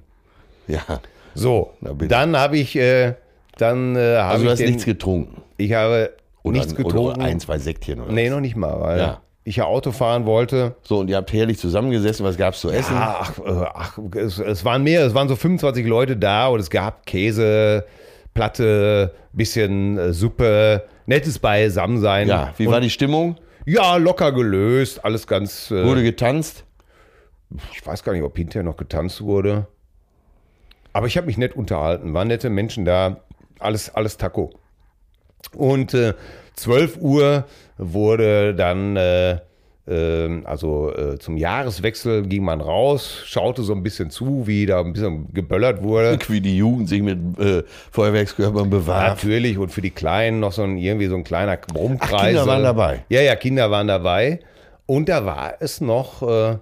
ja. Also, So, Na bitte. dann habe ich, äh, dann äh, habe Also, du ich hast den, nichts getrunken. Ich habe Oder, nichts getrunken. Oder ein, zwei Sektchen oder nee, was. noch nicht mal, weil Ja. ich ja Auto fahren wollte. So, und ihr habt herrlich zusammengesessen. Was gab's zu essen? Ach, äh, ach es, es waren mehr, es waren so 25 Leute da und es gab Käse, Platte, bisschen äh, Suppe, nettes Beisammensein. ja, wie war die Stimmung? Ja, locker gelöst, alles ganz. Äh, Wurde getanzt? Ich weiß gar nicht, ob hinterher noch getanzt wurde. Aber ich habe mich nett unterhalten, waren nette Menschen da, alles, alles Taco. Und äh, 12 Uhr wurde dann, äh, ähm, also äh, zum Jahreswechsel ging man raus, schaute so ein bisschen zu, wie da ein bisschen geböllert wurde. Wie die Jugend sich mit äh, Feuerwerkskörpern bewarf. Natürlich, und für die Kleinen noch so ein, irgendwie so ein kleiner Brummkreis. Ach, Kinder waren dabei. Ja, ja, Kinder waren dabei. Und da war es noch, äh,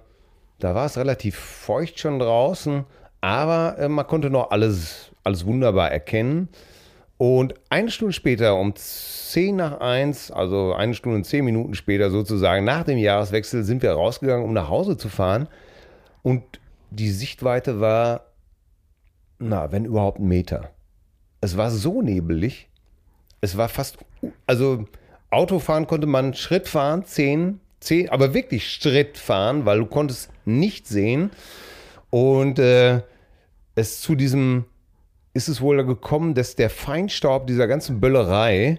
da war es relativ feucht schon draußen, aber äh, man konnte noch alles, alles wunderbar erkennen. Und eine Stunde später, um 10 nach 1, also eine Stunde und 10 Minuten später sozusagen, nach dem Jahreswechsel, sind wir rausgegangen, um nach Hause zu fahren. Und die Sichtweite war, na, wenn überhaupt ein Meter. Es war so nebelig. Es war fast, also Autofahren konnte man Schritt fahren, 10, 10, aber wirklich Schritt fahren, weil du konntest nicht sehen. Und äh, es zu diesem, ist es wohl gekommen, dass der Feinstaub dieser ganzen Böllerei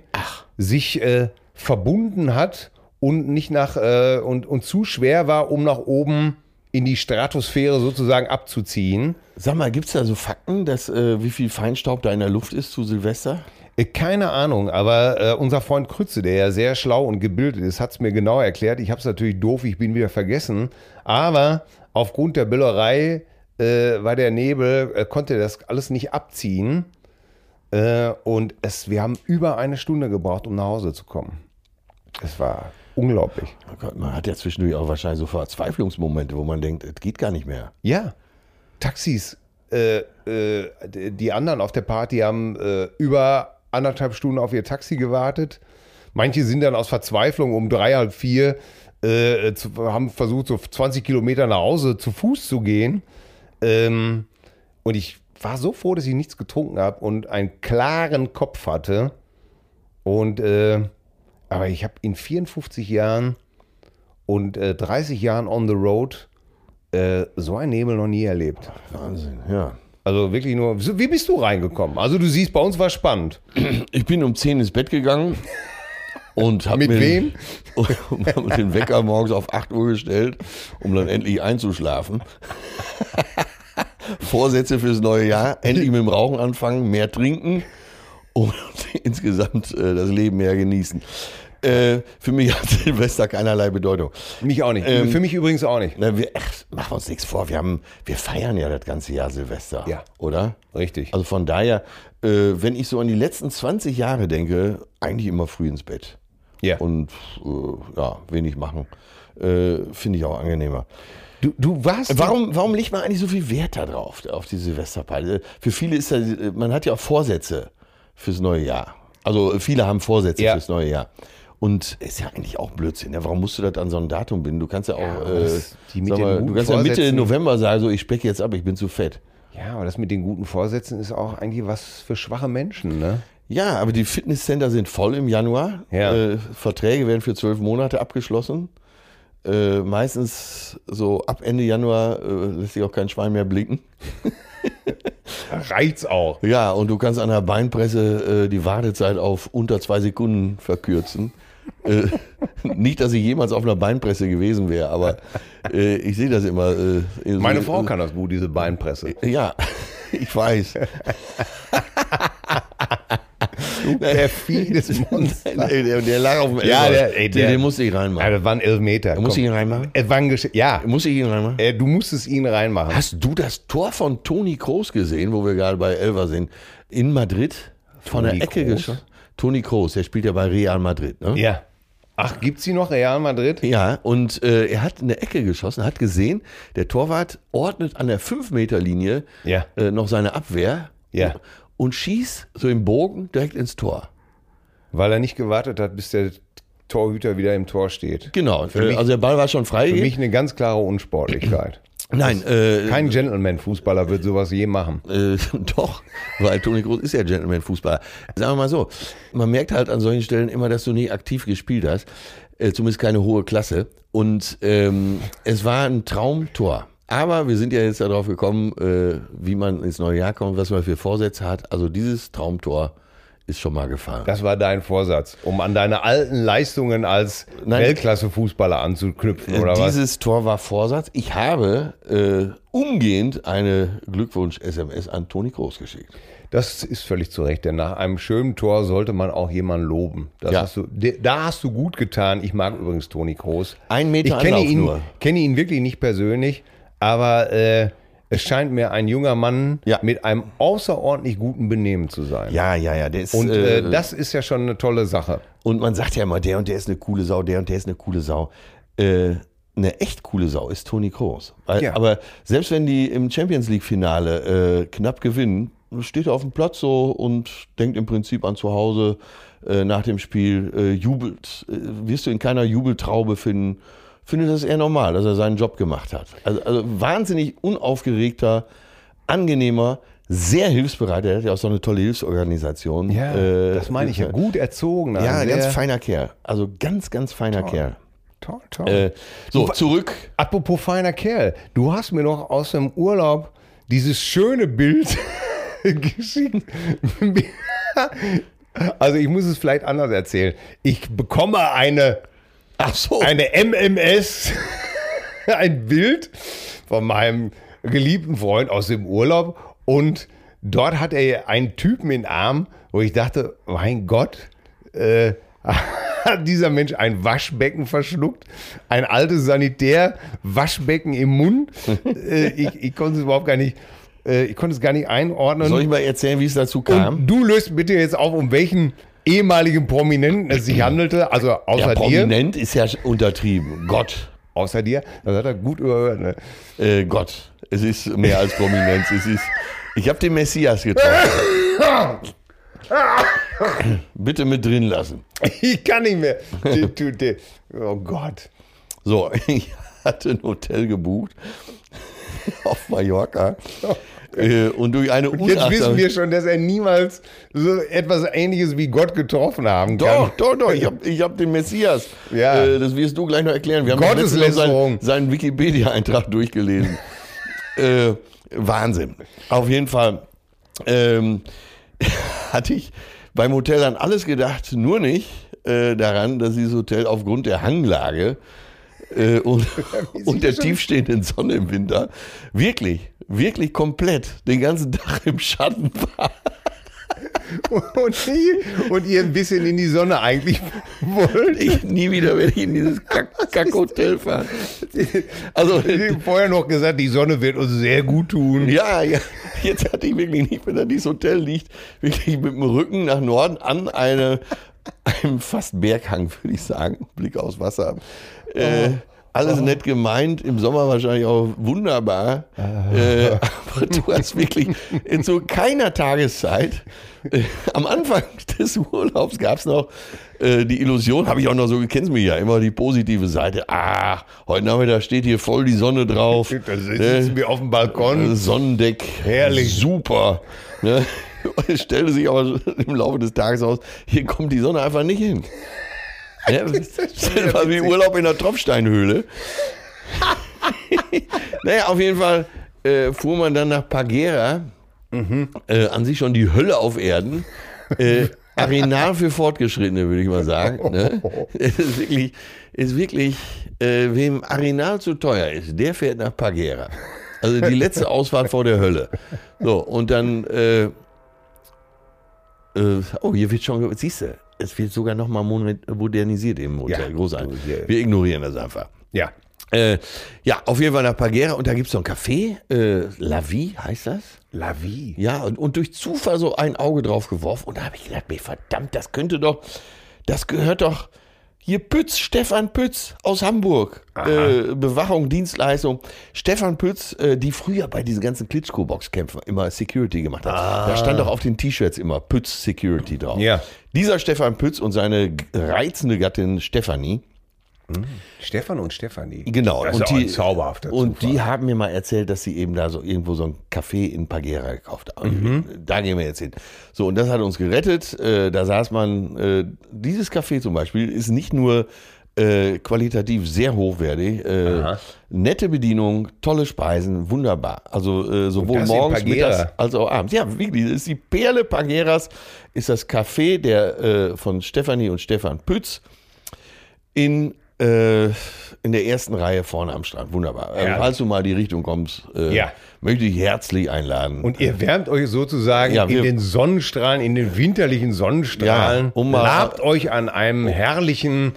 sich äh, verbunden hat und nicht nach, äh, und, und zu schwer war, um nach oben in die Stratosphäre sozusagen abzuziehen. Sag mal, gibt's da so Fakten, dass äh, wie viel Feinstaub da in der Luft ist zu Silvester? Äh, Keine Ahnung, aber äh, unser Freund Krütze, der ja sehr schlau und gebildet ist, hat es mir genau erklärt. Ich habe es natürlich doof, ich bin wieder vergessen. Aber aufgrund der Böllerei äh, war der Nebel, äh, konnte das alles nicht abziehen. Äh, und es, wir haben über eine Stunde gebraucht, um nach Hause zu kommen. Es war unglaublich. Oh Gott, man hat ja zwischendurch auch wahrscheinlich so Verzweiflungsmomente, wo man denkt, es geht gar nicht mehr. Ja, Taxis. Äh, äh, d- die anderen auf der Party haben äh, über anderthalb Stunden auf ihr Taxi gewartet. Manche sind dann aus Verzweiflung um drei, halb vier, äh, zu, haben versucht, so 20 Kilometer nach Hause zu Fuß zu gehen. Ähm, und ich war so froh, dass ich nichts getrunken habe und einen klaren Kopf hatte. Und äh, aber ich habe in 54 Jahren und äh, 30 Jahren on the road äh, so einen Nebel noch nie erlebt. Wahnsinn, ja. Also wirklich nur, so, wie bist du reingekommen? Also du siehst, bei uns war spannend. Ich bin um 10 ins Bett gegangen und habe Mit mir wem? und hab den Wecker morgens auf 8 Uhr gestellt, um dann endlich einzuschlafen. Vorsätze fürs neue Jahr, endlich mit dem Rauchen anfangen, mehr trinken und insgesamt äh, das Leben mehr genießen. Äh, für mich hat Silvester keinerlei Bedeutung. Mich auch nicht. Ähm, Für mich übrigens auch nicht. Na, wir, ach, machen wir uns nichts vor. Wir, haben, wir feiern ja das ganze Jahr Silvester. Ja. Oder? Richtig. Also von daher, äh, wenn ich so an die letzten 20 Jahre denke, eigentlich immer früh ins Bett. ja. Und äh, ja, wenig machen. Äh, Finde ich auch angenehmer. du, du warst. Äh, Warum, warum legt man eigentlich so viel Wert darauf, auf die Silvesterparty? Für viele ist ja, man hat ja auch Vorsätze fürs neue Jahr. Also viele haben Vorsätze Ja. fürs neue Jahr. Und ist ja eigentlich auch Blödsinn. Ne? Warum musst du das an so ein Datum binden? Du kannst ja auch, aber äh, das- die mit sag den mal, du guten kannst ja Mitte Vorsätzen- November sagen, so ich specke jetzt ab, ich bin zu fett. Ja, aber das mit den guten Vorsätzen ist auch eigentlich was für schwache Menschen, ne? Ja, aber die Fitnesscenter sind voll im Januar. Ja. Äh, Verträge werden für zwölf Monate abgeschlossen. Äh, meistens so ab Ende Januar äh, lässt sich auch kein Schwein mehr blinken. Reiz auch. Ja, und du kannst an der Beinpresse äh, die Wartezeit auf unter zwei Sekunden verkürzen. äh, nicht, dass ich jemals auf einer Beinpresse gewesen wäre, aber äh, ich sehe das immer. Äh, so- Meine Frau kann das gut, diese Beinpresse. Ja, ich weiß. Perfides Monster. der, der lag auf dem Ja, Elfer. der- ey, der- den, den musste ich reinmachen. Aber waren Elfmeter. muss komm. ich ihn reinmachen? Es waren Gesch ja, Muss ich ihn reinmachen? äh, du musstest ihn reinmachen. Hast du das Tor von Toni Kroos gesehen, wo wir gerade bei Elver sind? In Madrid von Toni der Ecke Kroos? geschossen. Toni Kroos, der spielt ja bei Real Madrid, ne? Ja. Ach, gibt's die noch, Real Madrid? Ja, und äh, er hat in der Ecke geschossen, hat gesehen, der Torwart ordnet an der 5-Meter-Linie Ja. äh, noch seine Abwehr Ja. und schießt so im Bogen direkt ins Tor. Weil er nicht gewartet hat, bis der Torhüter wieder im Tor steht. Genau, äh, mich- also der Ball war schon Für mich freigegeben. eine ganz klare Unsportlichkeit. Nein, äh, Kein Gentleman-Fußballer wird sowas je machen. Äh, doch, weil Toni Kroos ist ja Gentleman-Fußballer. Sagen wir mal so, man merkt halt an solchen Stellen immer, dass du nie aktiv gespielt hast, äh, zumindest keine hohe Klasse. Und ähm, es war ein Traumtor. Aber wir sind ja jetzt darauf gekommen, äh, wie man ins neue Jahr kommt, was man für Vorsätze hat. Also dieses Traumtor ist schon mal gefallen. Das war dein Vorsatz, um an deine alten Leistungen als Nein. Äh, Weltklasse-Fußballer anzuknüpfen, oder was? Dieses Tor war Vorsatz. Ich habe äh, umgehend eine Glückwunsch-SMS an Toni Kroos geschickt. Das ist völlig zu Recht, denn nach einem schönen Tor sollte man auch jemanden loben. Das Ja. hast du, de- da hast du gut getan. Ich mag übrigens Toni Kroos. Ein Meter ich kenne Anlauf ihn, nur. kenne ihn wirklich nicht persönlich, aber äh, es scheint mir ein junger Mann Ja. mit einem außerordentlich guten Benehmen zu sein. Ja, ja, ja. Der ist, Und äh, das ist ja schon eine tolle Sache. Und man sagt ja immer, der und der ist eine coole Sau, der und der ist eine coole Sau. Äh, eine echt coole Sau ist Toni Kroos. Weil, Ja. Aber selbst wenn die im Champions League-Finale äh, knapp gewinnen, steht er auf dem Platz so und denkt im Prinzip an zu Hause äh, nach dem Spiel, äh, jubelt, äh, wirst du in keiner Jubeltraube finden. Findet das eher normal, dass er seinen Job gemacht hat. Also, also wahnsinnig unaufgeregter, angenehmer, sehr hilfsbereiter. Er hat ja auch so eine tolle Hilfsorganisation. Äh, das meine ich ja. äh, Gut erzogen. ja, ein ein ganz sehr- feiner Kerl. Also ganz, ganz feiner Kerl. Toll, toll. Äh, so, zurück. Apropos feiner Kerl, du hast mir noch aus dem Urlaub dieses schöne Bild geschickt. also ich muss es vielleicht anders erzählen. Ich bekomme eine, Ach so. eine MMS, ein Bild von meinem geliebten Freund aus dem Urlaub und dort hat er einen Typen in den Arm, wo ich dachte, mein Gott, äh, hat dieser Mensch ein Waschbecken verschluckt, ein altes Sanitär-Waschbecken im Mund. äh, ich, ich konnte es überhaupt gar nicht, äh, ich konnte es gar nicht einordnen. Soll ich mal erzählen, wie es dazu kam? Und du löst bitte jetzt auf, um welchen ehemaligen Prominenten es sich handelte, also außer ja, dir. prominent ist ja untertrieben. Gott. Außer dir, das hat er gut überhört. Ne? Äh, Gott. Es ist mehr als Prominenz. Es ist. Ich habe den Messias getroffen. Bitte mit drin lassen. Ich kann nicht mehr. Die- die- die- Oh Gott. So, ich hatte ein Hotel gebucht auf Mallorca. Äh, Und durch eine Jetzt wissen unachtsame- wir schon, dass er niemals so etwas Ähnliches wie Gott getroffen haben kann. Doch, doch, doch, ich habe ich hab den Messias. Ja. Äh, das wirst du gleich noch erklären. Wir haben doch letztens noch Gotteslästerung. seinen, seinen Wikipedia-Eintrag durchgelesen. äh, Wahnsinn. Auf jeden Fall ähm, hatte ich beim Hotel an alles gedacht, nur nicht äh, daran, dass dieses Hotel aufgrund der Hanglage äh, und, und der tiefstehenden Sonne im Winter wirklich, wirklich komplett den ganzen Tag im Schatten war. Und, die, und ihr ein bisschen in die Sonne eigentlich wollt. Ich, nie wieder werde ich in dieses Kack- Kackhotel fahren. Also, Ich hab vorher noch gesagt, die Sonne wird uns sehr gut tun. ja, ja, jetzt hatte ich wirklich nicht, wenn da dieses Hotel liegt, wirklich mit dem Rücken nach Norden an eine, einem fast Berghang, würde ich sagen. Blick aufs Wasser. Äh, alles nett gemeint, im Sommer wahrscheinlich auch wunderbar. Äh, aber du hast wirklich in so keiner Tageszeit, äh, am Anfang des Urlaubs gab es noch äh, die Illusion, habe ich auch noch so, kennst mich ja, immer die positive Seite. Ah, heute Nachmittag steht hier voll die Sonne drauf. Da Äh, sitzen wir auf dem Balkon. Sonnendeck. Herrlich. Äh, Super. Ne? Es stellte sich aber im Laufe des Tages aus, hier kommt die Sonne einfach nicht hin. Ja, das war wie Urlaub in der Tropfsteinhöhle. naja, auf jeden Fall äh, fuhr man dann nach Pagera. Äh, an sich schon die Hölle auf Erden. Äh, Arenal für Fortgeschrittene, würde ich mal sagen. Ne? Es ist wirklich, ist wirklich äh, wem Arenal zu teuer ist, der fährt nach Pagera. Also die letzte Ausfahrt vor der Hölle. So, und dann, äh, äh, oh, hier wird schon, siehst du, es wird sogar nochmal modernisiert im Hotel. Ja. Großartig. Ja. Wir ignorieren das einfach. Ja. Äh, ja, auf jeden Fall nach Pagera und da gibt es so ein Café, äh, La Vie heißt das. La vie. Ja, und, und durch Zufall so ein Auge drauf geworfen und da habe ich gedacht, mir verdammt, das könnte doch, das gehört doch hier Pütz, Stefan Pütz aus Hamburg. Äh, Bewachung, Dienstleistung. Stefan Pütz, äh, die früher bei diesen ganzen Klitschko-Boxkämpfen immer Security gemacht hat. Da stand doch auf den T-Shirts immer Pütz Security drauf. Ja. Dieser Stefan Pütz und seine g- reizende Gattin Stefanie, Stefan und Stefanie. Genau. Das ist auch ein zauberhafter Und Zufall. die haben mir mal erzählt, dass sie eben da so irgendwo so ein Café in Pagera gekauft haben. Mhm. Da gehen wir jetzt hin. So, und das hat uns gerettet. Äh, da saß man, äh, dieses Café zum Beispiel ist nicht nur äh, qualitativ sehr hochwertig. Äh, nette Bedienung, tolle Speisen, wunderbar. Also äh, sowohl das in morgens, Pagera. mittags als auch abends. Ja, wirklich, das ist die Perle Pageras, ist das Café der, äh, von Stefanie und Stefan Pütz in, äh, in der ersten Reihe vorne am Strand. Wunderbar. Also, Ja. falls du mal die Richtung kommst, äh, Ja. möchte ich herzlich einladen. Und ihr wärmt euch sozusagen Ja, wir- in den Sonnenstrahlen, in den winterlichen Sonnenstrahlen. Ja, um mal- Oh. labt euch an einem herrlichen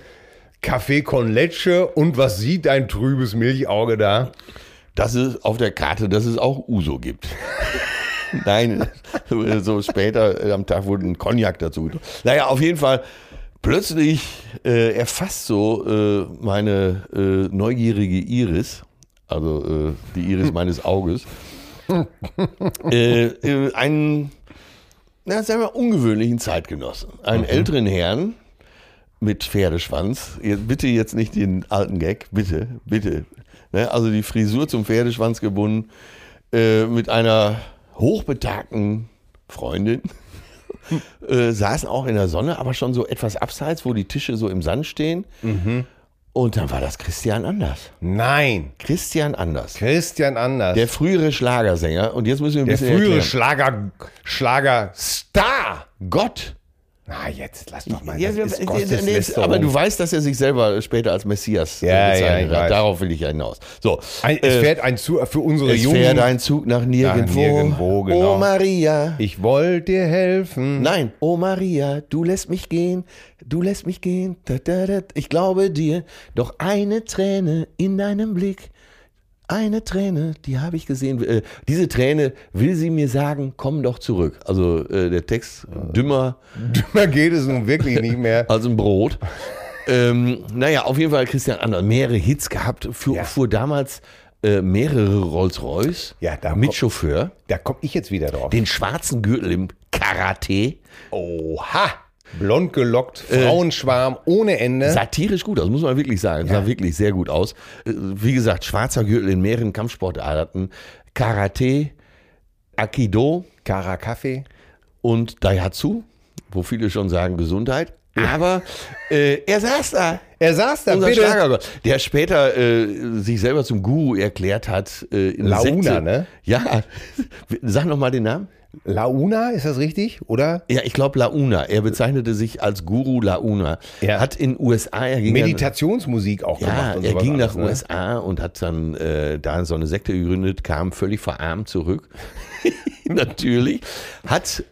Café con Leche und was sieht ein trübes Milchauge da? dass es auf der Karte, dass es auch Uso gibt. Nein, so später äh, am Tag wurde ein Cognac dazu getrunken. Naja, auf jeden Fall, plötzlich äh, erfasst so äh, meine äh, neugierige Iris, also äh, die Iris meines Auges, äh, äh, einen, na, sagen wir, ungewöhnlichen Zeitgenossen. Einen älteren Herrn mit Pferdeschwanz. Jetzt, bitte jetzt nicht den alten Gag, bitte, bitte. Ne, also die Frisur zum Pferdeschwanz gebunden, äh, mit einer hochbetagten Freundin. äh, saßen auch in der Sonne, aber schon so etwas abseits, wo die Tische so im Sand stehen. Mhm. Und dann war das Christian Anders. Nein, Christian Anders. Christian Anders. Der frühere Schlagersänger. Und jetzt müssen wir ein Der bisschen frühere erklären. Schlager, Schlager, Star, Gott. Na, jetzt lass doch mal. Ja, das ja, ist äh, Gottes um. nee, aber Lästerung. du weißt, dass er sich selber später als Messias äh, Ja, ja, bezeichnet ich hat. weiß. Darauf will ich ja hinaus. So, Ein, es fährt ein Zug für unsere äh, es Jungen. fährt ein Zug nach nirgendwo. nirgendwo, genau. Oh Maria. ich wollte dir helfen. Nein, oh Maria, du lässt mich gehen, du lässt mich gehen. Da, da, da. Ich glaube dir, doch eine Träne in deinem Blick, eine Träne, die habe ich gesehen. Äh, diese Träne will sie mir sagen, komm doch zurück. Also äh, der Text dümmer Dümmer geht es nun wirklich nicht mehr. als ein Brot. ähm, naja, auf jeden Fall hat Christian Ander mehrere Hits gehabt, fuhr, Ja. fuhr damals äh, mehrere Rolls-Royce Ja, da mit kommt- Chauffeur, Da komme ich jetzt wieder drauf. den schwarzen Gürtel im Karate. Oha! Blond gelockt, Äh, Frauenschwarm ohne Ende. Satirisch gut aus, muss man wirklich sagen. Sah wirklich sehr gut aus. Äh, Wie gesagt, schwarzer Gürtel in mehreren Kampfsportarten. Karate, Aikido Kara Kaffee. und Daihatsu, wo viele schon sagen Gesundheit. Aber äh, er saß da. Er saß da, Unser bitte. Schlagergott, der später äh, sich selber zum Guru erklärt hat. Äh, in Launa, Sekte. ne? Ja. Sag nochmal den Namen. Launa, ist das richtig? Oder? Ja, ich glaube Launa. Er bezeichnete sich als Guru Launa. Ja. Hat in USA, er ging dann- Meditationsmusik auch Ja, gemacht. Und er sowas ging nach alles, ne? USA und hat dann äh, da so eine Sekte gegründet, kam völlig verarmt zurück. Natürlich. Hat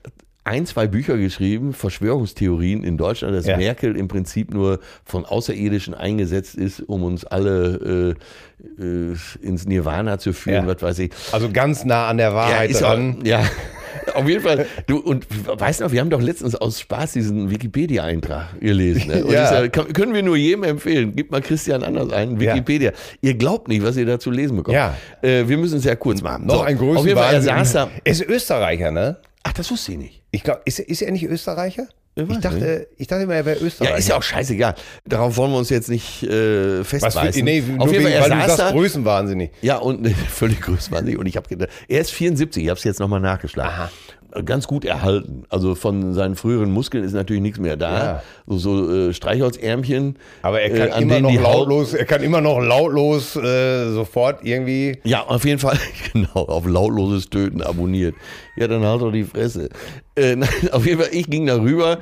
ein, zwei Bücher geschrieben, Verschwörungstheorien in Deutschland, dass Ja. Merkel im Prinzip nur von Außerirdischen eingesetzt ist, um uns alle äh, äh, ins Nirvana zu führen, Ja. was weiß ich. Also ganz nah an der Ja, Wahrheit ist auch, dran. ja, auf jeden Fall. Du, und weißt noch, wir haben doch letztens aus Spaß diesen Wikipedia-Eintrag gelesen. Ne? Und Ja. ich sag, kann, können wir nur jedem empfehlen. Gib mal Christian Anders ein, Wikipedia. Ihr glaubt nicht, was ihr da zu lesen bekommt. Ja. Äh, wir müssen es ja kurz machen. Noch So, ein Auf jeden Fall, er Größenwahnsinn. saß da. Er ist Österreicher, ne? Ach, das wusste ich nicht. Ich glaube, ist, ist er nicht Österreicher? Ich weiß Ich dachte, ich dachte immer, er wäre Österreicher. ne? Ja, ist ja auch scheißegal. Darauf wollen wir uns jetzt nicht äh, Was für, festbeißen. nee, Auf nur jeden wegen, Fall, er weil du saß sagst da. Größenwahnsinnig. Ja, und völlig größtwahnsinnig. Und ich habe gedacht, er ist 74, ich habe es jetzt nochmal nachgeschlagen. Äh, Ganz gut erhalten. Also von seinen früheren Muskeln ist natürlich nichts mehr da. Ja. So, so äh, Streichholzärmchen. Aber er äh, kann an immer denen noch die Haut- lautlos, er kann immer noch lautlos äh, sofort irgendwie. Ja, auf jeden Fall, genau, auf lautloses Töten abonniert. Ja, dann halt doch die Fresse. Äh, nein, auf jeden Fall, ich ging da rüber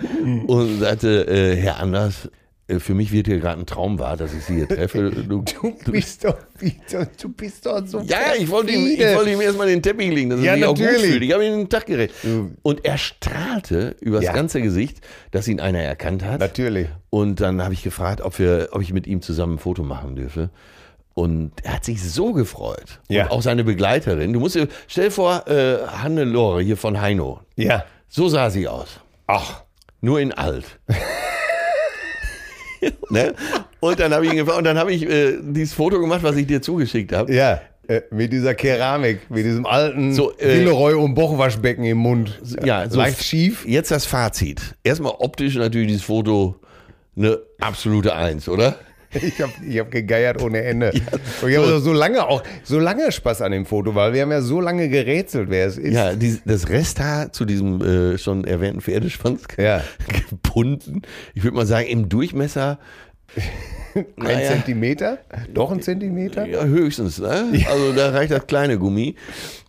und sagte, äh, Herr Anders, äh, für mich wird hier gerade ein Traum wahr, dass ich Sie hier treffe. Du, bist doch, wieder- du bist doch so. Ja, ich wollte ihm, ich perfide. wollte ihm erstmal den Teppich legen, dass er Ja, sich auch gut natürlich. fühlt. Ich habe ihm den Tag gerecht. Und er strahlte übers Ja. ganze Gesicht, dass ihn einer erkannt hat. Natürlich. Und dann habe ich gefragt, ob, wir, ob ich mit ihm zusammen ein Foto machen dürfe. Und er hat sich so gefreut. Ja. Und auch seine Begleiterin. Du musst dir, stell dir vor, äh, Hannelore hier von Heino. Ja. So sah sie aus. Ach. Nur in alt. ne? Und dann habe ich ihn gefragt, und dann habe ich äh, dieses Foto gemacht, was ich dir zugeschickt habe. Ja. äh, Mit dieser Keramik, mit diesem alten So, so, äh, und Bochwaschbecken im Mund. ja, so Leicht schief. Jetzt das Fazit. Erstmal optisch natürlich dieses Foto eine absolute Eins, oder? Ich habe ich hab gegeiert ohne Ende. und ich habe so. lange auch, so lange Spaß an dem Foto, weil wir haben ja so lange gerätselt, wer es ist. Ja, die, das Resthaar zu diesem äh, schon erwähnten Pferdeschwanz Ja. gebunden. Ich würde mal sagen, im Durchmesser ein naja. Zentimeter? Doch ein Zentimeter? ja, höchstens. Ne? Also da reicht das kleine Gummi.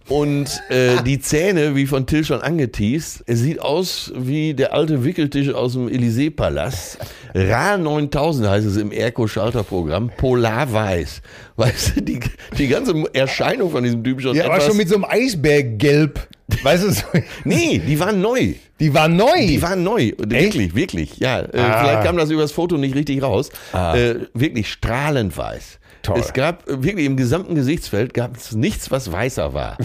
Und Ah. äh, die Zähne, wie von Till schon angeteased, es sieht aus wie der alte Wickeltisch aus dem Élysée-Palast. Ra 9000 heißt es im Erko-Schalterprogramm. Polarweiß. Weißt du, die, die ganze Erscheinung von diesem Typen schon Ja, aber etwas... schon mit so einem Eisberggelb. Weißt du, so, nee, die waren neu. die war neu. Die waren neu. Wirklich, wirklich. Ja, äh, Ah. vielleicht kam das übers Foto nicht richtig raus. Äh, wirklich strahlend weiß. Toll. Es gab äh, wirklich im gesamten Gesichtsfeld gab es nichts, was weißer war.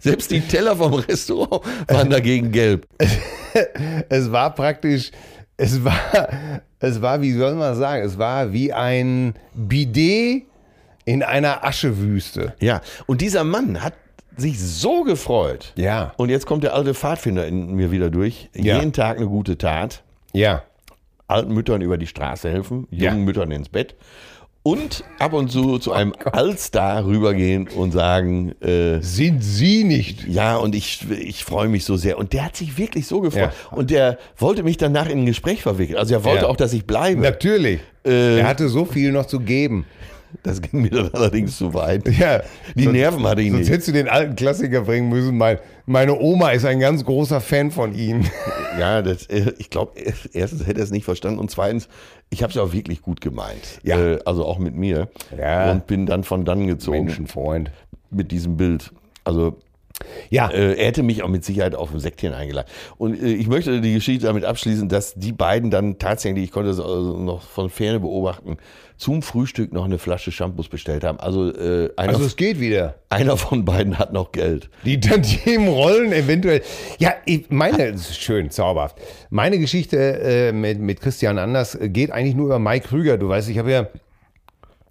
Selbst die Teller vom Restaurant waren dagegen gelb. es war praktisch, es war, es war, wie soll man sagen, es war wie ein Bidet in einer Aschewüste. Ja, und dieser Mann hat sich so gefreut. Ja. Und jetzt kommt der alte Pfadfinder in mir wieder durch. Ja. Jeden Tag eine gute Tat. Ja. alten Müttern über die Straße helfen, jungen Ja. Oh Müttern ins Bett und ab und zu zu einem Allstar rübergehen und sagen, äh, Sind sie nicht? ja, und ich, ich freue mich so sehr. Und der hat sich wirklich so gefreut. Ja. Und der wollte mich danach in ein Gespräch verwickeln. Also er wollte Ja. auch, dass ich bleibe. Natürlich. er hatte so viel noch zu geben. Das ging mir dann allerdings zu weit. Ja, Die Nerven hatte ich sonst nicht. hättest du den alten Klassiker bringen müssen. Mein, meine Oma ist ein ganz großer Fan von Ihnen. Ja, das, äh, ich glaube, erstens hätte er es nicht verstanden und zweitens, ich habe es auch wirklich gut gemeint. Ja. Äh, Also auch mit mir. Ja. Und bin dann von dann gezogen Menschenfreund. mit diesem Bild. Also Ja, äh, er hätte mich auch mit Sicherheit auf ein Sektchen eingeladen. Und äh, ich möchte die Geschichte damit abschließen, dass die beiden dann tatsächlich, ich konnte es also noch von Ferne beobachten, zum Frühstück noch eine Flasche Shampoos bestellt haben. Also, äh, einer, also es geht wieder. einer von beiden hat noch Geld. Die Tantiemen rollen eventuell. Ja, ich- meine, das ist schön, zauberhaft. Meine Geschichte äh, mit, mit Christian Anders äh, geht eigentlich nur über Mike Krüger. Du weißt, ich habe ja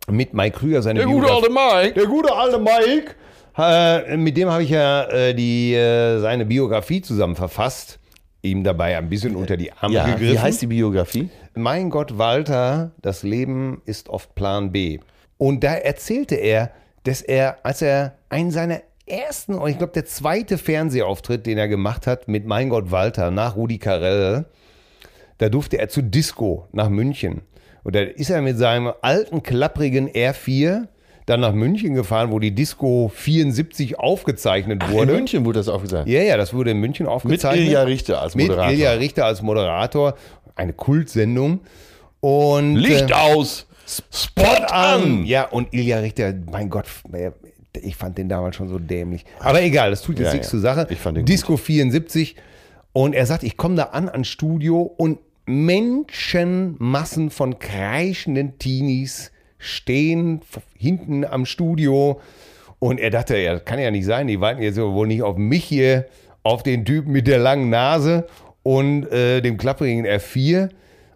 mit Mike Krüger seine Biografie- Mike. der gute alte Mike. Äh, mit dem habe ich ja äh, die, äh, seine Biografie zusammen verfasst. Ihm dabei ein bisschen unter die Arme Ja, gegriffen. wie heißt die Biografie? Mein Gott, Walter, das Leben ist oft Plan B. Und da erzählte er, dass er, als er einen seiner ersten, und ich glaube, der zweite Fernsehauftritt, den er gemacht hat mit Mein Gott, Walter nach Rudi Carell, da durfte er zu Disco nach München. Und da ist er mit seinem alten, klapprigen R4 dann nach München gefahren, wo die Disco 74 aufgezeichnet wurde. München wurde das aufgesagt. Äh? Ja, ja, das wurde in München Mit aufgezeichnet. Ilja Richter als Mit Moderator. Ilja Richter als Moderator. Eine Kultsendung. Und Licht äh, aus! Spot an! Ja, und Ilja Richter, mein Gott, äh, ich fand den damals schon so dämlich. Aber egal, das tut jetzt Ja, nichts ja. zur Sache. Ich fand den Disco 74. Und er sagt, ich komme da an ans Studio und Menschenmassen von kreischenden Teenies stehen f- hinten am Studio. Und er dachte, ja, das kann ja nicht sein. Die warten jetzt wohl nicht auf mich hier, auf den Typen mit der langen Nase und äh, dem klapprigen R4.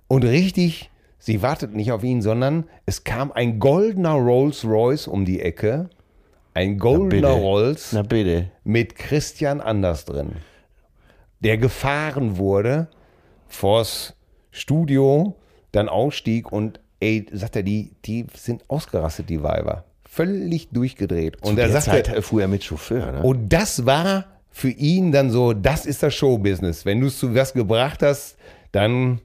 Und richtig, sie wartet nicht auf ihn, sondern es kam ein goldener Rolls Royce um die Ecke. Ein goldener bitte. Rolls Na bitte. mit Christian Anders drin, der gefahren wurde vors Studio, dann ausstieg und ey, sagt er, die, die sind ausgerastet, die Weiber. Völlig durchgedreht. Und er der sagt, Oh, Zeit fuhr er mit Chauffeur. Ne? und das war für ihn dann so, das ist das Showbusiness. Wenn du es zu was gebracht hast, dann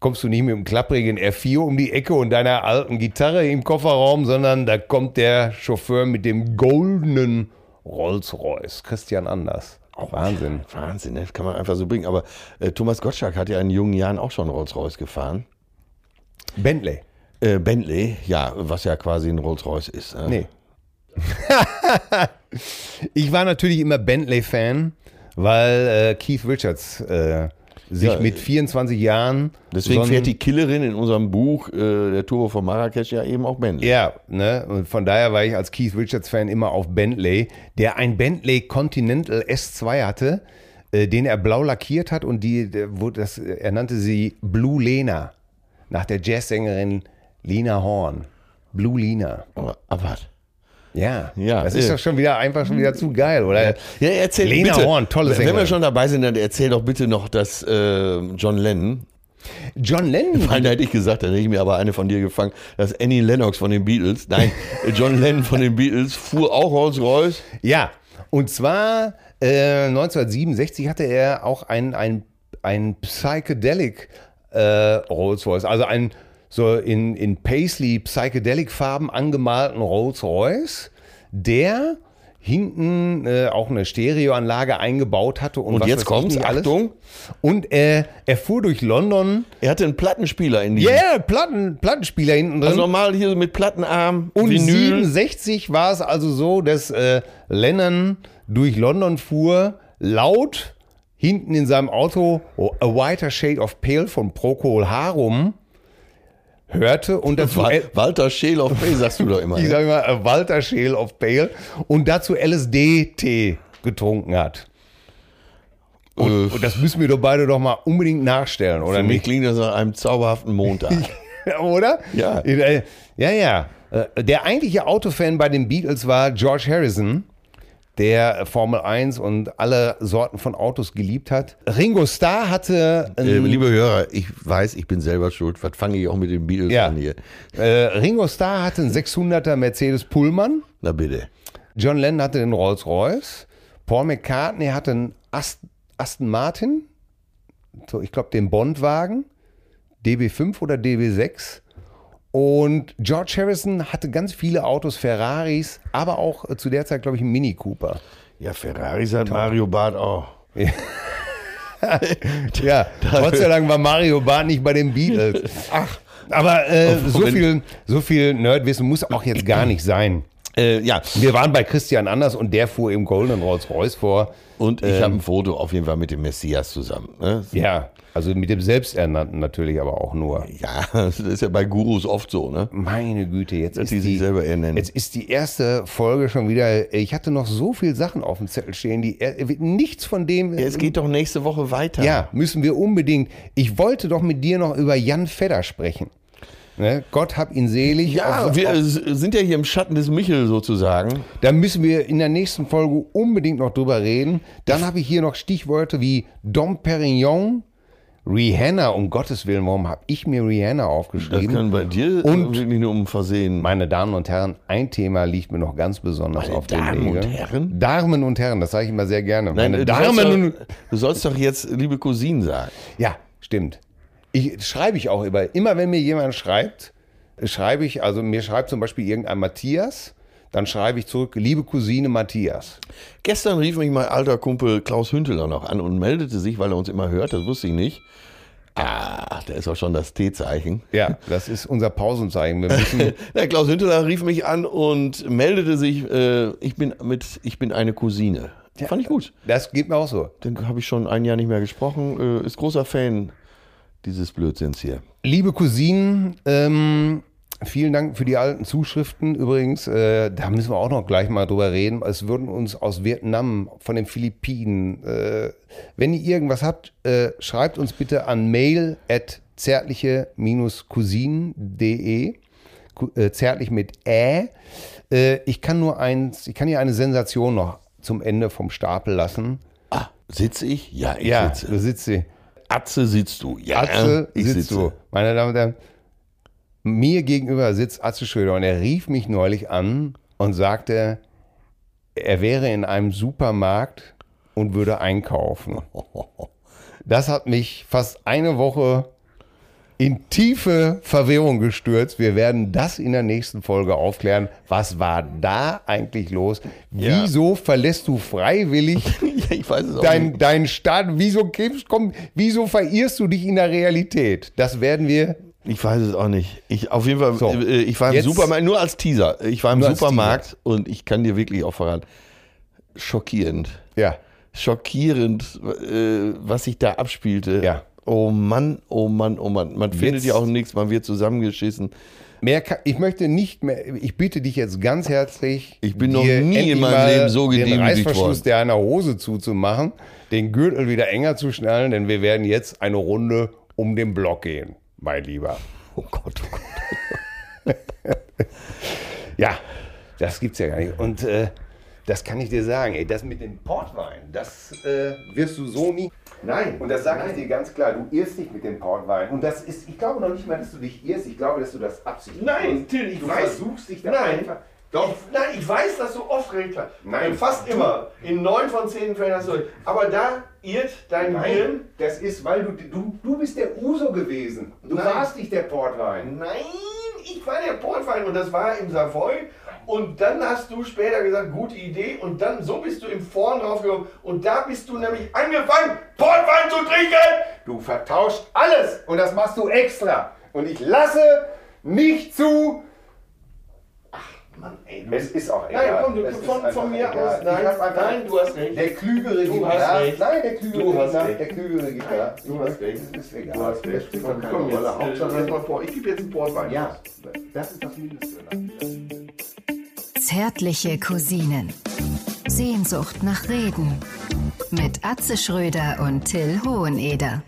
kommst du nicht mit dem klapprigen R4 um die Ecke und deiner alten Gitarre im Kofferraum, sondern da kommt der Chauffeur mit dem goldenen Rolls-Royce. Christian Anders. Wahnsinn. Wahnsinn, ne? das kann man einfach so bringen. Aber äh, Thomas Gottschalk hat ja in jungen Jahren auch schon Rolls-Royce gefahren. Bentley. Äh, Bentley, ja, was ja quasi ein Rolls-Royce ist. Ne? Nee. ich war natürlich immer Bentley-Fan, weil äh, Keith Richards äh, sich Ja, mit 24 Jahren Deswegen so ein- fährt die Killerin in unserem Buch, äh, der Turbo von Marrakesch, ja eben auch Bentley. Ja, ne? Und von daher war ich als Keith Richards Fan immer auf Bentley, der ein Bentley Continental S2 hatte, äh, den er blau lackiert hat und die, der, wo das, er nannte sie Blue Lena, nach der Jazzsängerin Lena Horn. Blue Lena. Aber, ah, aber Ja, Ja, das ist äh. doch schon wieder einfach schon wieder zu geil, oder? ja, erzähl Lena bitte, Horn, tolle Wenn wir Sängerin. schon dabei sind, dann erzähl doch bitte noch, dass äh, John Lennon, John Lennon. Nein, da hätte ich gesagt, da hätte ich mir aber eine von dir gefangen, dass Annie Lennox von den Beatles, nein, John Lennon von den Beatles fuhr auch Rolls-Royce. Ja, und zwar äh, 1967 hatte er auch ein, ein, ein Psychedelic äh, Rolls Royce, also ein so in, in Paisley Psychedelic Farben angemalten Rolls Royce, der hinten äh, auch eine Stereoanlage eingebaut hatte. Und, Und was jetzt weiß ich kommt's, nicht alles. Achtung. Und äh, er fuhr durch London. Er hatte einen Plattenspieler in diesem. Ja, yeah, Platten, Plattenspieler hinten drin. Also normal hier so mit Plattenarm, Und Vinyl. 67 war es also so, dass äh, Lennon durch London fuhr, laut hinten in seinem Auto oh, A Whiter Shade of Pale von Procol Harum hörte und dazu Wal Walter Scheel auf Play, sagst du doch immer. ich ne? sage mal A Walter Shale of Pale und dazu LSD-Tee getrunken hat. Äh, Und das müssen wir doch beide doch mal unbedingt nachstellen, oder Für mich Ähm, nicht? klingt das nach einem zauberhaften Montag. oder? Ja. Äh, Ja, ja. Äh, Der eigentliche Autofan bei den Beatles war George Harrison, der Formel 1 und alle Sorten von Autos geliebt hat. Ringo Starr hatte ein äh, liebe Hörer, ich weiß, ich bin selber schuld. Was fange ich auch mit den Beatles Ja. an hier? äh, Ringo Starr hatte einen 600er Mercedes Pullman, Na bitte. John Lennon hatte den Rolls Royce, Paul McCartney hatte einen Ast Aston Martin, so ich glaube den Bondwagen, DB5 oder DB6 Und George Harrison hatte ganz viele Autos, Ferraris, aber auch äh, zu der Zeit, glaube ich, einen Mini Cooper. Ja, Ferraris hat Mario Barth auch. Ja, Gott sei Dank war Mario Barth nicht bei den Beatles. Ach, aber äh, so, wenn- viel, so viel Nerdwissen muss auch jetzt gar nicht sein. Äh, ja, wir waren bei Christian Anders und der fuhr im Golden Rolls Royce vor. Und ich habe ein Foto auf jeden Fall mit dem Messias zusammen. Ne? Ja, also mit dem Selbsternannten natürlich, aber auch nur. Ja, das ist ja bei Gurus oft so, ne? Meine Güte, jetzt Dass ist die sich selber ernennen. Jetzt ist die erste Folge schon wieder. Ich hatte noch so viel Sachen auf dem Zettel stehen, die er- nichts von dem. Ja, es geht doch nächste Woche weiter. Ja, müssen wir unbedingt. Ich wollte doch mit dir noch über Jan Fedder sprechen. Ne? Gott hab ihn selig. Ja, Auf- wir auf- äh, sind ja hier im Schatten des Michel sozusagen. da müssen wir in der nächsten Folge unbedingt noch drüber reden. Dann habe ich hier noch Stichworte wie Dom Perignon, Rihanna, um Gottes Willen, warum habe ich mir Rihanna Das aufgeschrieben? kann bei dir Und- wirklich nur um Versehen. Meine Damen und Herren, ein Thema liegt mir noch ganz besonders Meine auf dem Damen Wege. und Herren? äh, Damen und Herren, das sage ich immer sehr gerne. Meine du, Damen sollst und doch, du sollst doch jetzt liebe Cousinen sagen. Ja, stimmt. Ich schreibe ich auch immer. Immer wenn mir jemand schreibt, schreibe ich, also mir schreibt zum Beispiel irgendein Matthias, dann schreibe ich zurück, liebe Cousine Matthias. Gestern rief mich mein alter Kumpel Klaus Hünteler noch an und meldete sich, weil er uns immer hört, das wusste ich nicht. Ah, da ist auch schon das T-Zeichen. Ja, das ist unser Pausenzeichen. Wir müssen, Na, Klaus Hünteler rief mich an und meldete sich, äh, ich, bin mit, ich bin eine Cousine. Fand ich gut. das geht mir auch so. Dann habe ich schon ein Jahr nicht mehr gesprochen. Äh, ist großer Fan dieses Blödsinns hier. Liebe Cousinen, ähm, vielen Dank für die alten Zuschriften. Übrigens, äh, da müssen wir auch noch gleich mal drüber reden. Es würden uns aus Vietnam, von den Philippinen, äh, wenn ihr irgendwas habt, äh, schreibt uns bitte an mail at zärtliche-cousinen.de. Ku- äh, Zärtlich mit Ä. Äh, ich kann nur eins, ich kann hier eine Sensation noch zum Ende vom Stapel lassen. Ah, sitze ich? Ja, ich Ja, sitze. da sitzt sie. Atze sitzt du. Ja, Atze ich sitzt sitze. du. Meine Damen und Herren, mir gegenüber sitzt Atze Schröder und er rief mich neulich an und sagte, er wäre in einem Supermarkt und würde einkaufen. Das hat mich fast eine Woche in tiefe Verwirrung gestürzt. Wir werden das in der nächsten Folge aufklären. Was war da eigentlich los? Ja. Wieso verlässt du freiwillig ja, ich weiß es auch dein, nicht. dein Staat, wieso gibst, komm, wieso verirrst du dich in der Realität? Das werden wir. Ich weiß es auch nicht. Ich, auf jeden Fall, So, äh, ich war im jetzt- Supermarkt, nur als Teaser. Ich war im Nur als Supermarkt und ich kann dir wirklich auch verraten, schockierend. Ja. Schockierend, äh, was sich da abspielte. Ja. Oh Mann, oh Mann, oh Mann. Man findet Jetzt- ja auch nichts, man wird zusammengeschissen. Mehr kann, ich möchte nicht mehr, ich bitte dich jetzt ganz herzlich. Ich bin noch dir nie in endlich meinem mal Leben so gedemütigt Den Reißverschluss worden. deiner Hose zuzumachen, den Gürtel wieder enger zu schnallen, denn wir werden jetzt eine Runde um den Block gehen, mein Lieber. Oh Gott, oh Gott. Ja, das gibt's ja gar nicht. Und äh, das kann ich dir sagen, ey, das mit dem Portwein, das äh, wirst du so nie. Nein. Und das sage ich dir ganz klar, du irrst dich mit dem Portwein. Und das ist, ich glaube noch nicht mal, dass du dich irrst, ich glaube, dass du das absichtlich Nein, tust. Till, ich du weiß. versuchst dich da Nein. einfach. Doch. Nein, ich weiß, dass du oft recht hast. Nein. Fast immer. In neun von zehn Fällen hast du recht. Aber da irrt dein Hirn. Nein, das ist, weil du, du, du bist der Uso gewesen. Du Nein. warst nicht der Portwein. Nein, ich war der Portwein und das war im Savoy. Und dann hast du später gesagt, gute Idee. Und dann so bist du im Vorn draufgekommen. Und da bist du nämlich angefangen, Portwein zu trinken. Du vertauscht alles und das machst du extra. Und ich lasse nicht zu, Mann, ey. Es ist auch Nein, egal. komm, du, es ist von, einfach von mir egal. aus. Nein, Ich hab einfach- nein, du hast recht. Der Klügere gibt hast nach. recht. Nein, der Klügere Du gibt hast nach. recht. Der Klügere gibt nach. du hast recht. Das ist egal. Du hast recht. Das spielt keine Komm Rolle. jetzt, Hauptsache, äh, erstmal Port- ich gebe jetzt einen Portwein. Ja, das ist das Mindeste. Zärtliche Cousinen. Sehnsucht nach Reden. Mit Atze Schröder und Till Hoheneder.